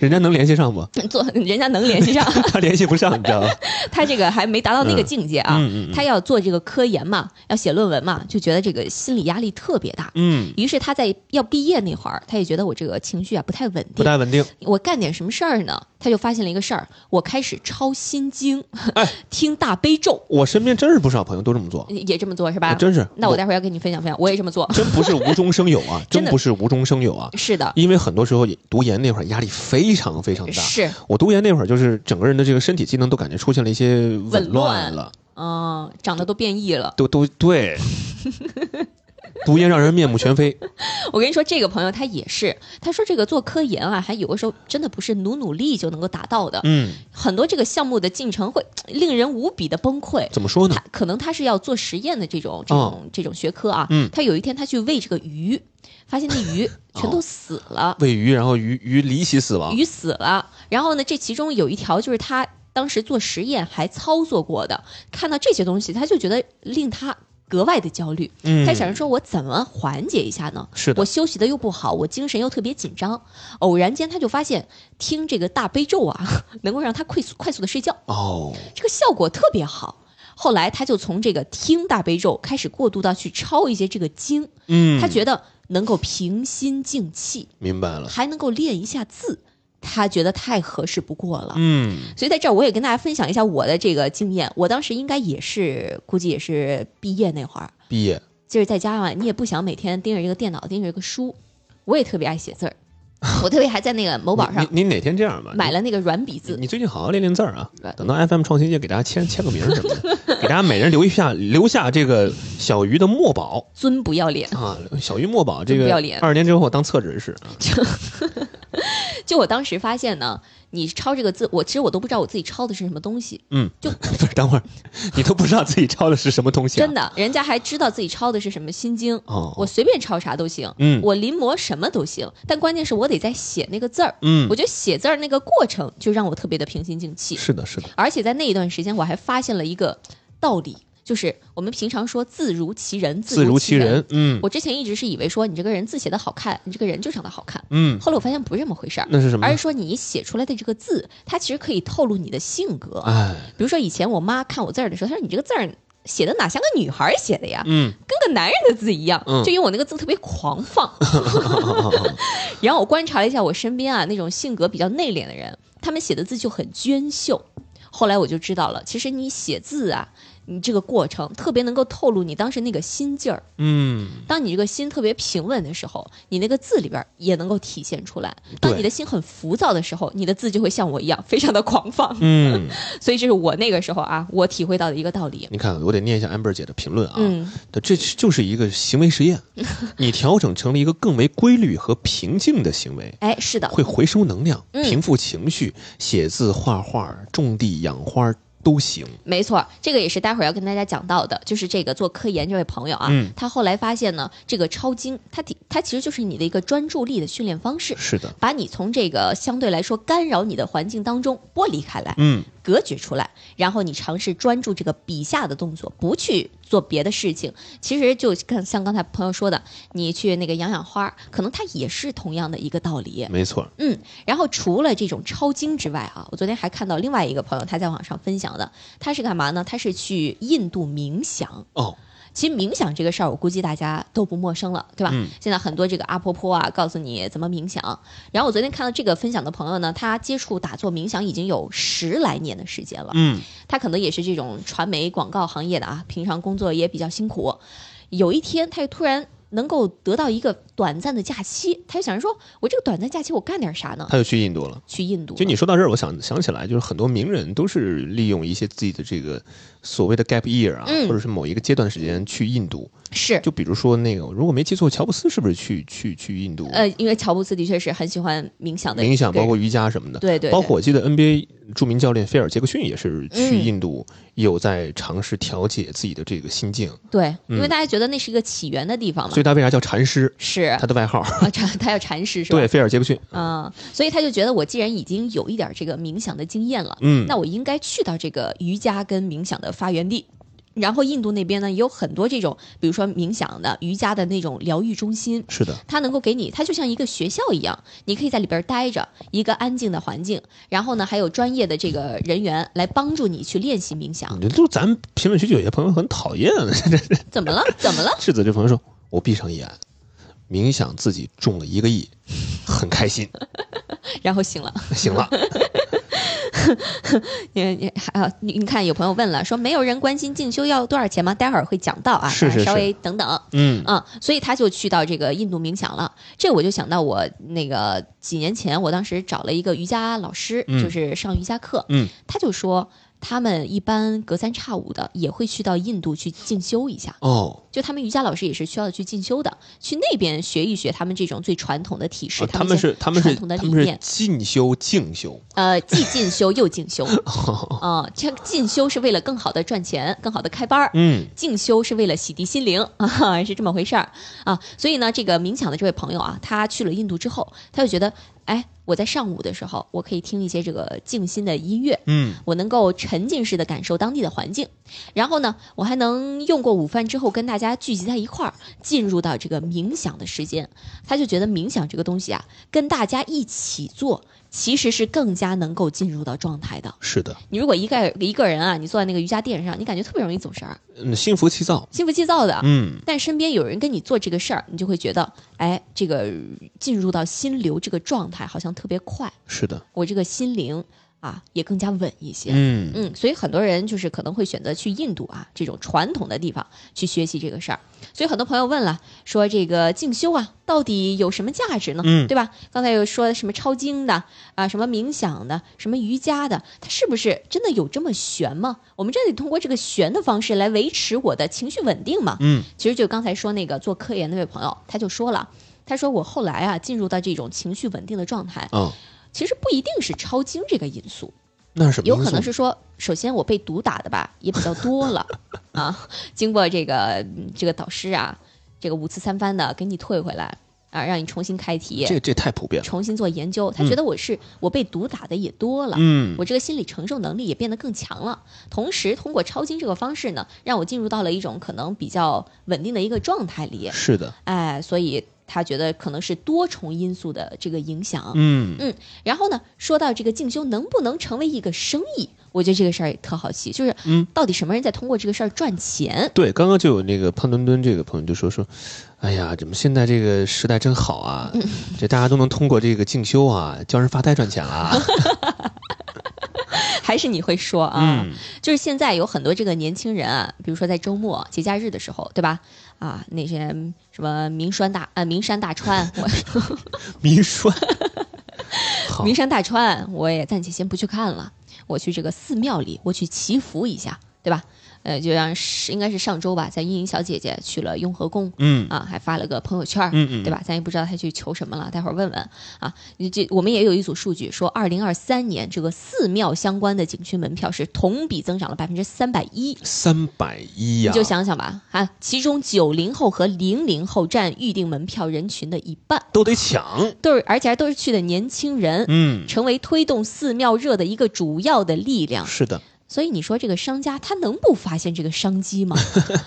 Speaker 2: 人家能联系上 吗？
Speaker 1: 做人家能联系上，
Speaker 2: 他联系不上，你知道吗？
Speaker 1: 他这个还没达到那个境界啊，
Speaker 2: 嗯嗯嗯
Speaker 1: 他要做这个科研嘛，要写论文嘛，就觉得这个心理压力特别大。
Speaker 2: 嗯，
Speaker 1: 于是他在要毕业那会儿，他也觉得我这个情绪啊不太稳
Speaker 2: 不
Speaker 1: 定，
Speaker 2: 太稳定。
Speaker 1: 我干点什么事儿呢？他就发现了一个事儿，我开始抄心经，
Speaker 2: 哎
Speaker 1: 听大悲咒，
Speaker 2: 我身边真是不少朋友都这么做，
Speaker 1: 也这么做是吧？
Speaker 2: 真是。
Speaker 1: 那我待会儿要跟你分享分享，我也这么做。
Speaker 2: 真不是无中生有啊，
Speaker 1: 真
Speaker 2: 真
Speaker 1: 的
Speaker 2: 不是无中生有啊，
Speaker 1: 是的，
Speaker 2: 因为很多时候也读研那会儿压力非常非常大。
Speaker 1: 是，
Speaker 2: 我读研那会儿，就是整个人的这个身体机能都感觉出现了一些紊乱
Speaker 1: 紊
Speaker 2: 了，
Speaker 1: 嗯，长得都变异了。
Speaker 2: 都都对，读研让人面目全非。
Speaker 1: 我跟你说，这个朋友他也是，他说这个做科研啊，还有的时候真的不是努努力就能够达到的，
Speaker 2: 嗯，
Speaker 1: 很多这个项目的进程会嘖令人无比的崩溃。
Speaker 2: 怎么说呢
Speaker 1: 他？可能他是要做实验的这种这种、这种学科啊，
Speaker 2: 哦嗯哦
Speaker 1: 他有一天他去喂这个鱼，发现那鱼全都死了，
Speaker 2: 喂鱼，然后鱼鱼离奇死亡。
Speaker 1: 鱼死了。然后呢，这其中有一条就是他当时做实验还操作过的，看到这些东西，他就觉得令他格外的焦虑。
Speaker 2: 嗯
Speaker 1: 他想着说，我怎么缓解一下呢？
Speaker 2: 是的
Speaker 1: 我休息的又不好，我精神又特别紧张。偶然间，他就发现听这个大悲咒啊， 能够让他快速快速的睡觉，
Speaker 2: 哦，
Speaker 1: 这个效果特别好。后来，他就从这个听大悲咒开始过渡到去抄一些这个经，
Speaker 2: 嗯，
Speaker 1: 他觉得能够平心静气。
Speaker 2: 明白了。
Speaker 1: 还能够练一下字，他觉得太合适不过了。
Speaker 2: 嗯，
Speaker 1: 所以在这儿我也跟大家分享一下我的这个经验。我当时应该也是，估计也是毕业那会儿，
Speaker 2: 毕业
Speaker 1: 就是在家嘛，你也不想每天盯着这个电脑，盯着这个书。我也特别爱写 字儿，我特别还在那个某宝上
Speaker 2: 你你你哪天这样吧，
Speaker 1: 买了那个软笔
Speaker 2: 你。
Speaker 1: 字
Speaker 2: 你。最近好好练练字儿啊
Speaker 1: 呃！
Speaker 2: 等到 FM 创新界给大家签签个名儿什么的，给大家每人留一下 留下这个小鱼的墨宝
Speaker 1: 尊不要脸！
Speaker 2: 啊，小鱼墨宝这
Speaker 1: 真不
Speaker 2: 个
Speaker 1: 要脸
Speaker 2: 二十年之后当厕纸使啊。
Speaker 1: 就我当时发现呢，你抄这个字，我其实我都不知道我自己抄的是什么东西，
Speaker 2: 嗯，
Speaker 1: 就
Speaker 2: 不是等会儿，你都不知道自己抄的是什么东西、啊，
Speaker 1: 真的，人家还知道自己抄的是什么心经，
Speaker 2: 哦，
Speaker 1: 我随便抄啥都行，
Speaker 2: 嗯
Speaker 1: 我临摹什么都行，但关键是我得在写那个字儿。
Speaker 2: 嗯
Speaker 1: 我，觉得写字儿那个过程就让我特别的平心静气，
Speaker 2: 是的，是的，
Speaker 1: 而且在那一段时间我还发现了一个道理，就是我们平常说字如其人，
Speaker 2: 自
Speaker 1: 如
Speaker 2: 如其
Speaker 1: 人。
Speaker 2: 人，嗯
Speaker 1: 我之前一直是以为说你这个人字写的好看，你这个人就长得好看。
Speaker 2: 嗯，
Speaker 1: 后来我发现不是这么回事儿，
Speaker 2: 那是什么
Speaker 1: 而
Speaker 2: 呢
Speaker 1: 是？说你写出来的这个字，它其实可以透露你的性格。
Speaker 2: 哎，
Speaker 1: 比如说以前我妈看我字儿的时候，她说你这个字儿写的哪像个女孩儿写的呀？
Speaker 2: 嗯，
Speaker 1: 跟个男人的字一样，
Speaker 2: 嗯
Speaker 1: 就因为我那个字特别狂放。 然后我观察了一下我身边啊那种性格比较内敛的人，他们写的字就很娟秀。后来我就知道了，其实你写字啊，你这个过程特别能够透露你当时那个心劲儿。
Speaker 2: 嗯，
Speaker 1: 当你这个心特别平稳的时候，你那个字里边也能够体现出来。当你的心很浮躁的时候，你的字就会像我一样非常的狂放。
Speaker 2: 嗯，
Speaker 1: 所以这是我那个时候啊，我体会到的一个道理。
Speaker 2: 你看，我得念一下 amber 姐的评论啊，
Speaker 1: 嗯，
Speaker 2: 这这就是一个行为实 验，你调整成了一个更为规律和平静的行为。
Speaker 1: 哎，是的，
Speaker 2: 会回收能量，
Speaker 1: 嗯
Speaker 2: 平复情绪，写字、画画、种地、养花都行。
Speaker 1: 没错，这个也是待会儿要跟大家讲到的，就是这个做科研这位朋友啊，
Speaker 2: 嗯
Speaker 1: 他后来发现呢，这个抄经，它体它其实就是你的一个专注力的训练方式，
Speaker 2: 是的，
Speaker 1: 把你从这个相对来说干扰你的环境当中剥离开来，
Speaker 2: 嗯，
Speaker 1: 隔绝出来，然后你尝试专注这个笔下的动作，不去做别的事情。其实就像像刚才朋友说的，你去那个养养花，可能它也是同样的一个道理。
Speaker 2: 没错，
Speaker 1: 嗯，然后除了这种抄经之外啊，我昨天还看到另外一个朋友他在网上分享的，他是干嘛呢？他是去印度冥想。
Speaker 2: 哦，
Speaker 1: 其实冥想这个事儿，我估计大家都不陌生了，对吧？
Speaker 2: 嗯
Speaker 1: 现在很多这个阿婆婆啊，告诉你怎么冥想。然后我昨天看到这个分享的朋友呢，他接触打坐冥想已经有十来年的时间了。
Speaker 2: 嗯，
Speaker 1: 他可能也是这种传媒广告行业的啊，平常工作也比较辛苦。有一天，他就突然能够得到一个短暂的假期，他就想着说：“我这个短暂假期我干点啥呢？
Speaker 2: 他又去印度了。
Speaker 1: 去印度
Speaker 2: 就
Speaker 1: 了。
Speaker 2: 你说到这儿，我想想起来，就是很多名人都是利用一些自己的这个所谓的 gap year 啊，
Speaker 1: 嗯
Speaker 2: 或者是某一个阶段时间去印度。
Speaker 1: 是
Speaker 2: 就比如说那个，如果没记错，乔布斯是不是去去去印度？
Speaker 1: 呃，因为乔布斯的确是很喜欢冥想的一个人，
Speaker 2: 冥想包括瑜伽什么的，
Speaker 1: 对对对
Speaker 2: 包括我记得 NBA 著名教练菲尔杰克逊也是去
Speaker 1: 嗯
Speaker 2: 印度，有在尝试调节自己的这个心境，
Speaker 1: 对，因为
Speaker 2: 嗯
Speaker 1: 大家觉得那是一个起源的地方嘛
Speaker 2: 所以，他为啥叫禅师？
Speaker 1: 是
Speaker 2: 他的外号。
Speaker 1: 啊，禅他要禅师是吧？
Speaker 2: 对，，菲尔杰克逊。
Speaker 1: 嗯，所以他就觉得我既然已经有一点这个冥想的经验了，
Speaker 2: 嗯
Speaker 1: 那我应该去到这个瑜伽跟冥想的发源地。然后印度那边呢也有很多这种，比如说冥想的、瑜伽的那种疗愈中心，
Speaker 2: 是的，
Speaker 1: 它能够给你，它就像一个学校一样，你可以在里边待着，一个安静的环境，然后呢还有专业的这个人员来帮助你去练习冥想。
Speaker 2: 嗯就咱们评论区就有些朋友很讨厌，
Speaker 1: 怎 么了？怎么了？
Speaker 2: 质子这朋友说：“我闭上眼，冥想自己 中了一个亿，很开心，
Speaker 1: 然后醒了。
Speaker 2: 醒了。”
Speaker 1: 你你还啊，你你看有朋友问了，说没有人关心进修要多少钱吗？待会儿会讲到啊，
Speaker 2: 是是是
Speaker 1: 稍微等等。
Speaker 2: 嗯
Speaker 1: 啊、所以他就去到这个印度冥想了。这我就想到我那个几年前，我当时找了一个瑜伽老师，
Speaker 2: 嗯
Speaker 1: 就是上瑜伽课，
Speaker 2: 嗯，
Speaker 1: 他就说他们一般隔三差五的也会去到印度去进修一下，
Speaker 2: 哦，
Speaker 1: 就他们瑜伽老师也是需要去进修的，去那边学一学他们这种最传统的体式，
Speaker 2: 啊他
Speaker 1: 们
Speaker 2: 们是他们是
Speaker 1: 传统的
Speaker 2: 他
Speaker 1: 理
Speaker 2: 们是
Speaker 1: 念，
Speaker 2: 进修进 修，
Speaker 1: 呃，既进修又 进修，啊、这进修是为了更好的赚钱，更好的开班儿。
Speaker 2: 嗯
Speaker 1: 进修是为了洗涤心灵 啊，是这么回事儿啊。所以呢，这个冥想的这位朋友啊，他去了印度之后，他就觉得，哎，我在上午的时候，我可以听一些这个静心的音乐，
Speaker 2: 嗯
Speaker 1: 我能够沉浸式的感受当地的环境，然后呢，我还能用过午饭之后跟大家聚集在一块儿，进入到这个冥想的时间。他就觉得冥想这个东西啊，跟大家一起做，其实是更加能够进入到状态的。
Speaker 2: 是的，
Speaker 1: 你如果一个一个人啊，你坐在那个瑜伽垫上，你感觉特别容易走神儿，
Speaker 2: 嗯，心浮气躁，
Speaker 1: 心浮气躁的。
Speaker 2: 嗯
Speaker 1: 但身边有人跟你做这个事儿，你就会觉得，哎，这个呃进入到心流这个状态好像特别快，
Speaker 2: 是的，
Speaker 1: 我这个心灵啊也更加稳一些。
Speaker 2: 嗯
Speaker 1: 嗯，所以很多人就是可能会选择去印度啊这种传统的地方去学习这个事儿。所以很多朋友问了，说这个进修啊到底有什么价值呢？
Speaker 2: 嗯
Speaker 1: 对吧？刚才又说什么抄经的啊，什么冥想的，什么瑜伽的，它是不是真的有这么玄吗？我们真的得通过这个玄的方式来维持我的情绪稳定吗？
Speaker 2: 嗯
Speaker 1: 其实就刚才说那个做科研那位朋友，他就说了。他说：“我后来啊，进入到这种情绪稳定的状态，
Speaker 2: 啊，
Speaker 1: 其实不一定是抄经这个因素，
Speaker 2: 那是什么因
Speaker 1: 有
Speaker 2: 素？
Speaker 1: 可能是说，首先我被毒打 的吧也比较多了啊，经过这个嗯这个导师啊，这个五次三番的给你退回来啊，让你重新开题，
Speaker 2: 这这太普遍了，
Speaker 1: 重新做研究。他
Speaker 2: 嗯
Speaker 1: 觉得我是、我被毒打的也多了。
Speaker 2: 嗯
Speaker 1: 我这个心理承受能力也变得更强了，同时通过抄经这个方式呢，让我进入到了一种可能比较稳定的一个状态里，
Speaker 2: 是的，
Speaker 1: 哎，所以他觉得可能是多重因素的这个影响，
Speaker 2: 嗯
Speaker 1: 然后呢，说到这个进修能不能成为一个生意，我觉得这个事儿也特好奇，就是
Speaker 2: 嗯，
Speaker 1: 到底什么人在通过这个事儿赚钱？
Speaker 2: 对，刚刚就有那个胖墩墩这个朋友就说说，哎呀，怎么现在这个时代真好啊，
Speaker 1: 嗯
Speaker 2: 这大家都能通过这个进修啊，教人发呆赚钱啊啦，
Speaker 1: 还是你会说啊？
Speaker 2: 嗯
Speaker 1: 就是现在有很多这个年轻人啊，比如说在周末节假日的时候，对吧？啊，那些什么名川大呃名山大 川，我
Speaker 2: 迷 栓，好
Speaker 1: 名山大川我也暂且先不去看了，我去这个寺庙里，我去祈福一下，对吧？呃，就像是应该是上周吧，在茵茵小姐姐去了雍和宫
Speaker 2: 嗯
Speaker 1: 啊，还发了个朋友圈儿，
Speaker 2: 嗯嗯，
Speaker 1: 对吧？咱也不知道他去求什么了，待会儿问问啊。你这我们也有一组数据说，二零二三年这个寺庙相关的景区门票是同比增长了百分之三百一。
Speaker 2: 三百一
Speaker 1: 你
Speaker 2: 呀，
Speaker 1: 就想想吧，啊，其中九零后和零零后占预定门票人群的一半，
Speaker 2: 都得抢，
Speaker 1: 都是而且还都是去的年轻人，
Speaker 2: 嗯，
Speaker 1: 成为推动寺庙热的一个主要的力量。
Speaker 2: 是的，
Speaker 1: 所以你说这个商家他能不发现这个商机吗？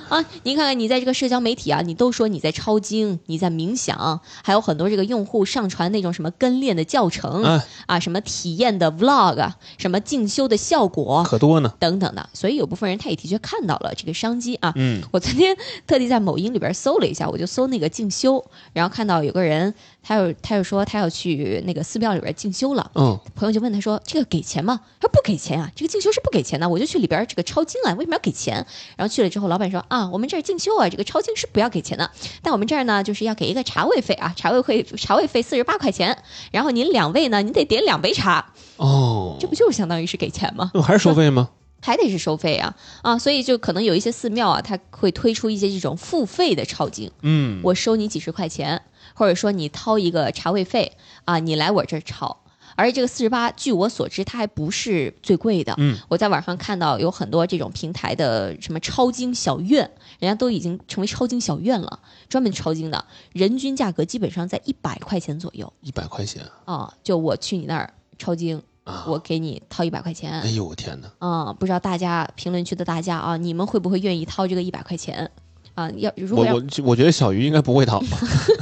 Speaker 1: 啊，您看看你在这个社交媒体啊，你都说你在抄经，你在冥想，还有很多这个用户上传那种什么跟练的教程
Speaker 2: 啊，
Speaker 1: 啊，什么体验的 vlog，啊，什么进修的效果
Speaker 2: 可多呢，
Speaker 1: 等等的。所以有部分人他也的确看到了这个商机啊。
Speaker 2: 嗯
Speaker 1: 我昨天特地在某音里边搜了一下，我就搜那个进修，然后看到有个人，他又他又说他要去那个寺庙里边进修了。
Speaker 2: 嗯，
Speaker 1: 朋友就问他说：“这个给钱吗？”他说：“不给钱啊，这个进修是不给钱的，我就去里边儿这个抄经啊，为什么要给钱？”然后去了之后，老板说：“啊，我们这儿进修啊，这个抄经是不要给钱的，但我们这儿呢，就是要给一个茶位费啊，茶位费茶位费四十八块钱，然后您两位呢，您得点两杯茶，
Speaker 2: 哦
Speaker 1: 这，不就是相当于是给钱吗？
Speaker 2: 那还是收费吗？
Speaker 1: 还得是收费啊啊！所以就可能有一些寺庙啊，它会推出一些这种付费的抄经，
Speaker 2: 嗯，
Speaker 1: 我收你几十块钱，或者说你掏一个茶位费啊，你来我这儿炒。而且这个四十八，据我所知，它还不是最贵的。
Speaker 2: 嗯，
Speaker 1: 我在网上看到有很多这种平台的什么抄经小院，人家都已经成为抄经小院了，专门抄经的，人均价格基本上在一百块钱左右
Speaker 2: 一百块钱
Speaker 1: 啊。就我去你那儿抄经，
Speaker 2: 啊，
Speaker 1: 我给你掏一百块钱
Speaker 2: 哎。呦我天哪，
Speaker 1: 啊，不知道大家评论区的大家啊，你们会不会愿意掏这个一百块钱啊？要如
Speaker 2: 我
Speaker 1: 果要
Speaker 2: 我我觉得小鱼应该不会 逃，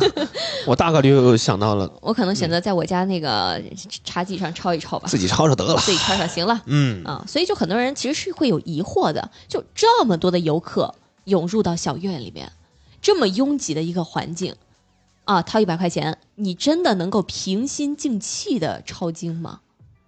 Speaker 2: 我大概率想到了
Speaker 1: 我可能
Speaker 2: 嗯
Speaker 1: 选择在我家那个茶几上抄一抄吧，
Speaker 2: 自己抄抄得 了，
Speaker 1: 自己抄抄行了
Speaker 2: 嗯
Speaker 1: 啊。所以就很多人其实是会有疑惑的，就这么多的游客涌入到小院里面，这么拥挤的一个环境，啊，掏一百块钱，你真的能够平心静气的抄经吗？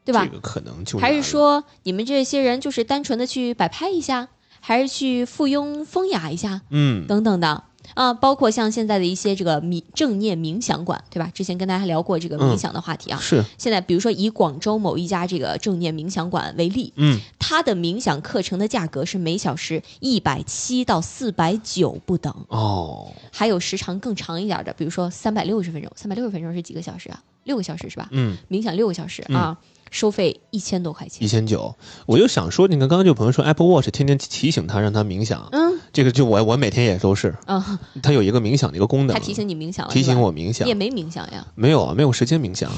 Speaker 1: 对吧？
Speaker 2: 这个啊可能就
Speaker 1: 还是说你们这些人就是单纯的去摆拍一下，还是去附庸风雅一下，
Speaker 2: 嗯
Speaker 1: 等等的啊？包括像现在的一些这个冥正念冥想馆，对吧？之前跟大家聊过这个
Speaker 2: 嗯
Speaker 1: 冥想的话题啊。
Speaker 2: 是
Speaker 1: 现在比如说以广州某一家这个正念冥想馆为例，
Speaker 2: 嗯
Speaker 1: 它的冥想课程的价格是每小时一百七到四百九不等，
Speaker 2: 哦
Speaker 1: 还有时长更长一点的，比如说三百六十分钟，三百六十分钟是几个小时啊？六个小时是吧？
Speaker 2: 嗯
Speaker 1: 冥想六个小时啊，收费一千多块钱
Speaker 2: 一。千九，我就想说，你看刚刚这位朋友说 Apple Watch 天天提醒他让他冥想，
Speaker 1: 嗯
Speaker 2: 这个就我我每天也都是，
Speaker 1: 啊，
Speaker 2: 它有一个冥想的一个功能，
Speaker 1: 他提醒你冥想了，
Speaker 2: 提
Speaker 1: 是
Speaker 2: 醒
Speaker 1: 吧
Speaker 2: 我冥想
Speaker 1: 你也，没冥想呀，
Speaker 2: 没有啊，没有时间冥想啊，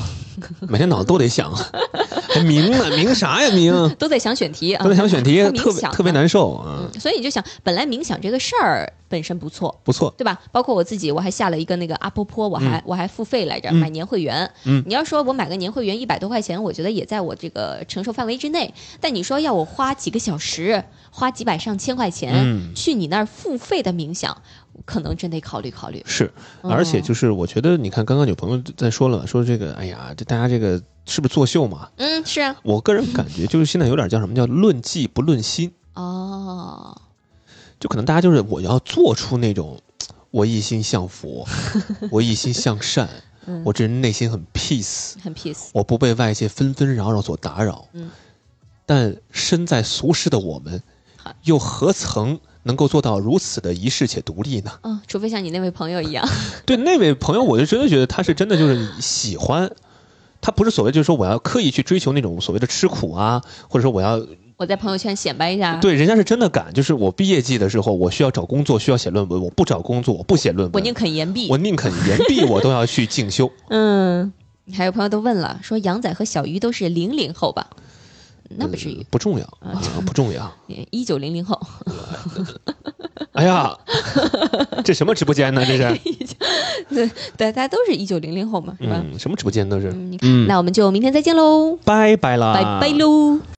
Speaker 2: 每天脑子都得想啊，还冥呢，冥啥呀 冥？
Speaker 1: 都在想选题啊，
Speaker 2: 刚才想选题
Speaker 1: 他冥
Speaker 2: 特别
Speaker 1: 想
Speaker 2: 特别
Speaker 1: 呢。
Speaker 2: 难受啊，
Speaker 1: 嗯所以你就想，本来冥想这个事儿本身不错，
Speaker 2: 不错，
Speaker 1: 对吧？包括我自己，我还下了一个那个阿波波，我还、我还付费来着，
Speaker 2: 嗯
Speaker 1: 买年会员。
Speaker 2: 嗯
Speaker 1: 你要说我买个年会员一百多块钱，我觉得也在我这个承受范围之内。但你说要我花几个小时，花几百上千块钱、
Speaker 2: 嗯
Speaker 1: 去你那儿付费的冥想，可能真得考虑考虑。
Speaker 2: 是，
Speaker 1: 嗯
Speaker 2: 而且就是我觉得，你看刚刚有朋友在说了，说这个，哎呀，这大家这个是不是作秀嘛？
Speaker 1: 嗯，是啊，
Speaker 2: 我个人感觉就是现在有点叫什么叫论技不论心，
Speaker 1: 哦，
Speaker 2: 就可能大家就是我要做出那种我一心向 佛，我一心向善，
Speaker 1: 嗯
Speaker 2: 我这人内心很 peace，
Speaker 1: 很 peace。
Speaker 2: 我不被外界纷纷扰扰所打扰。
Speaker 1: 嗯
Speaker 2: 但身在俗世的我们
Speaker 1: 好，
Speaker 2: 又何曾能够做到如此的一世且独立呢？
Speaker 1: 嗯，除非像你那位朋友一样，
Speaker 2: 对那位朋友，我就真的觉得他是真的就是喜欢，他不是所谓就是说我要刻意去追求那种所谓的吃苦啊，或者说我要
Speaker 1: 我在朋友圈显摆一下，
Speaker 2: 对人家是真的敢，就是我毕业季的时候我需要找工作，需要写论文，我不找工作，我不写论文，
Speaker 1: 我宁肯言毕
Speaker 2: 我。宁肯言毕，我都要去进修。
Speaker 1: 嗯，还有朋友都问了，说杨仔和小鱼都是零零后吧？ 那不至于
Speaker 2: 嗯，不重要啊，不重要。
Speaker 1: 一九零零后。
Speaker 2: 哎呀，这什么直播间呢？这是，
Speaker 1: 对对，大家都是一九零零后嘛，是吧？
Speaker 2: 嗯嗯，什么直播间都是，啊
Speaker 1: 嗯，你看，那我们就明天再见喽，
Speaker 2: 拜拜啦，
Speaker 1: 拜拜喽。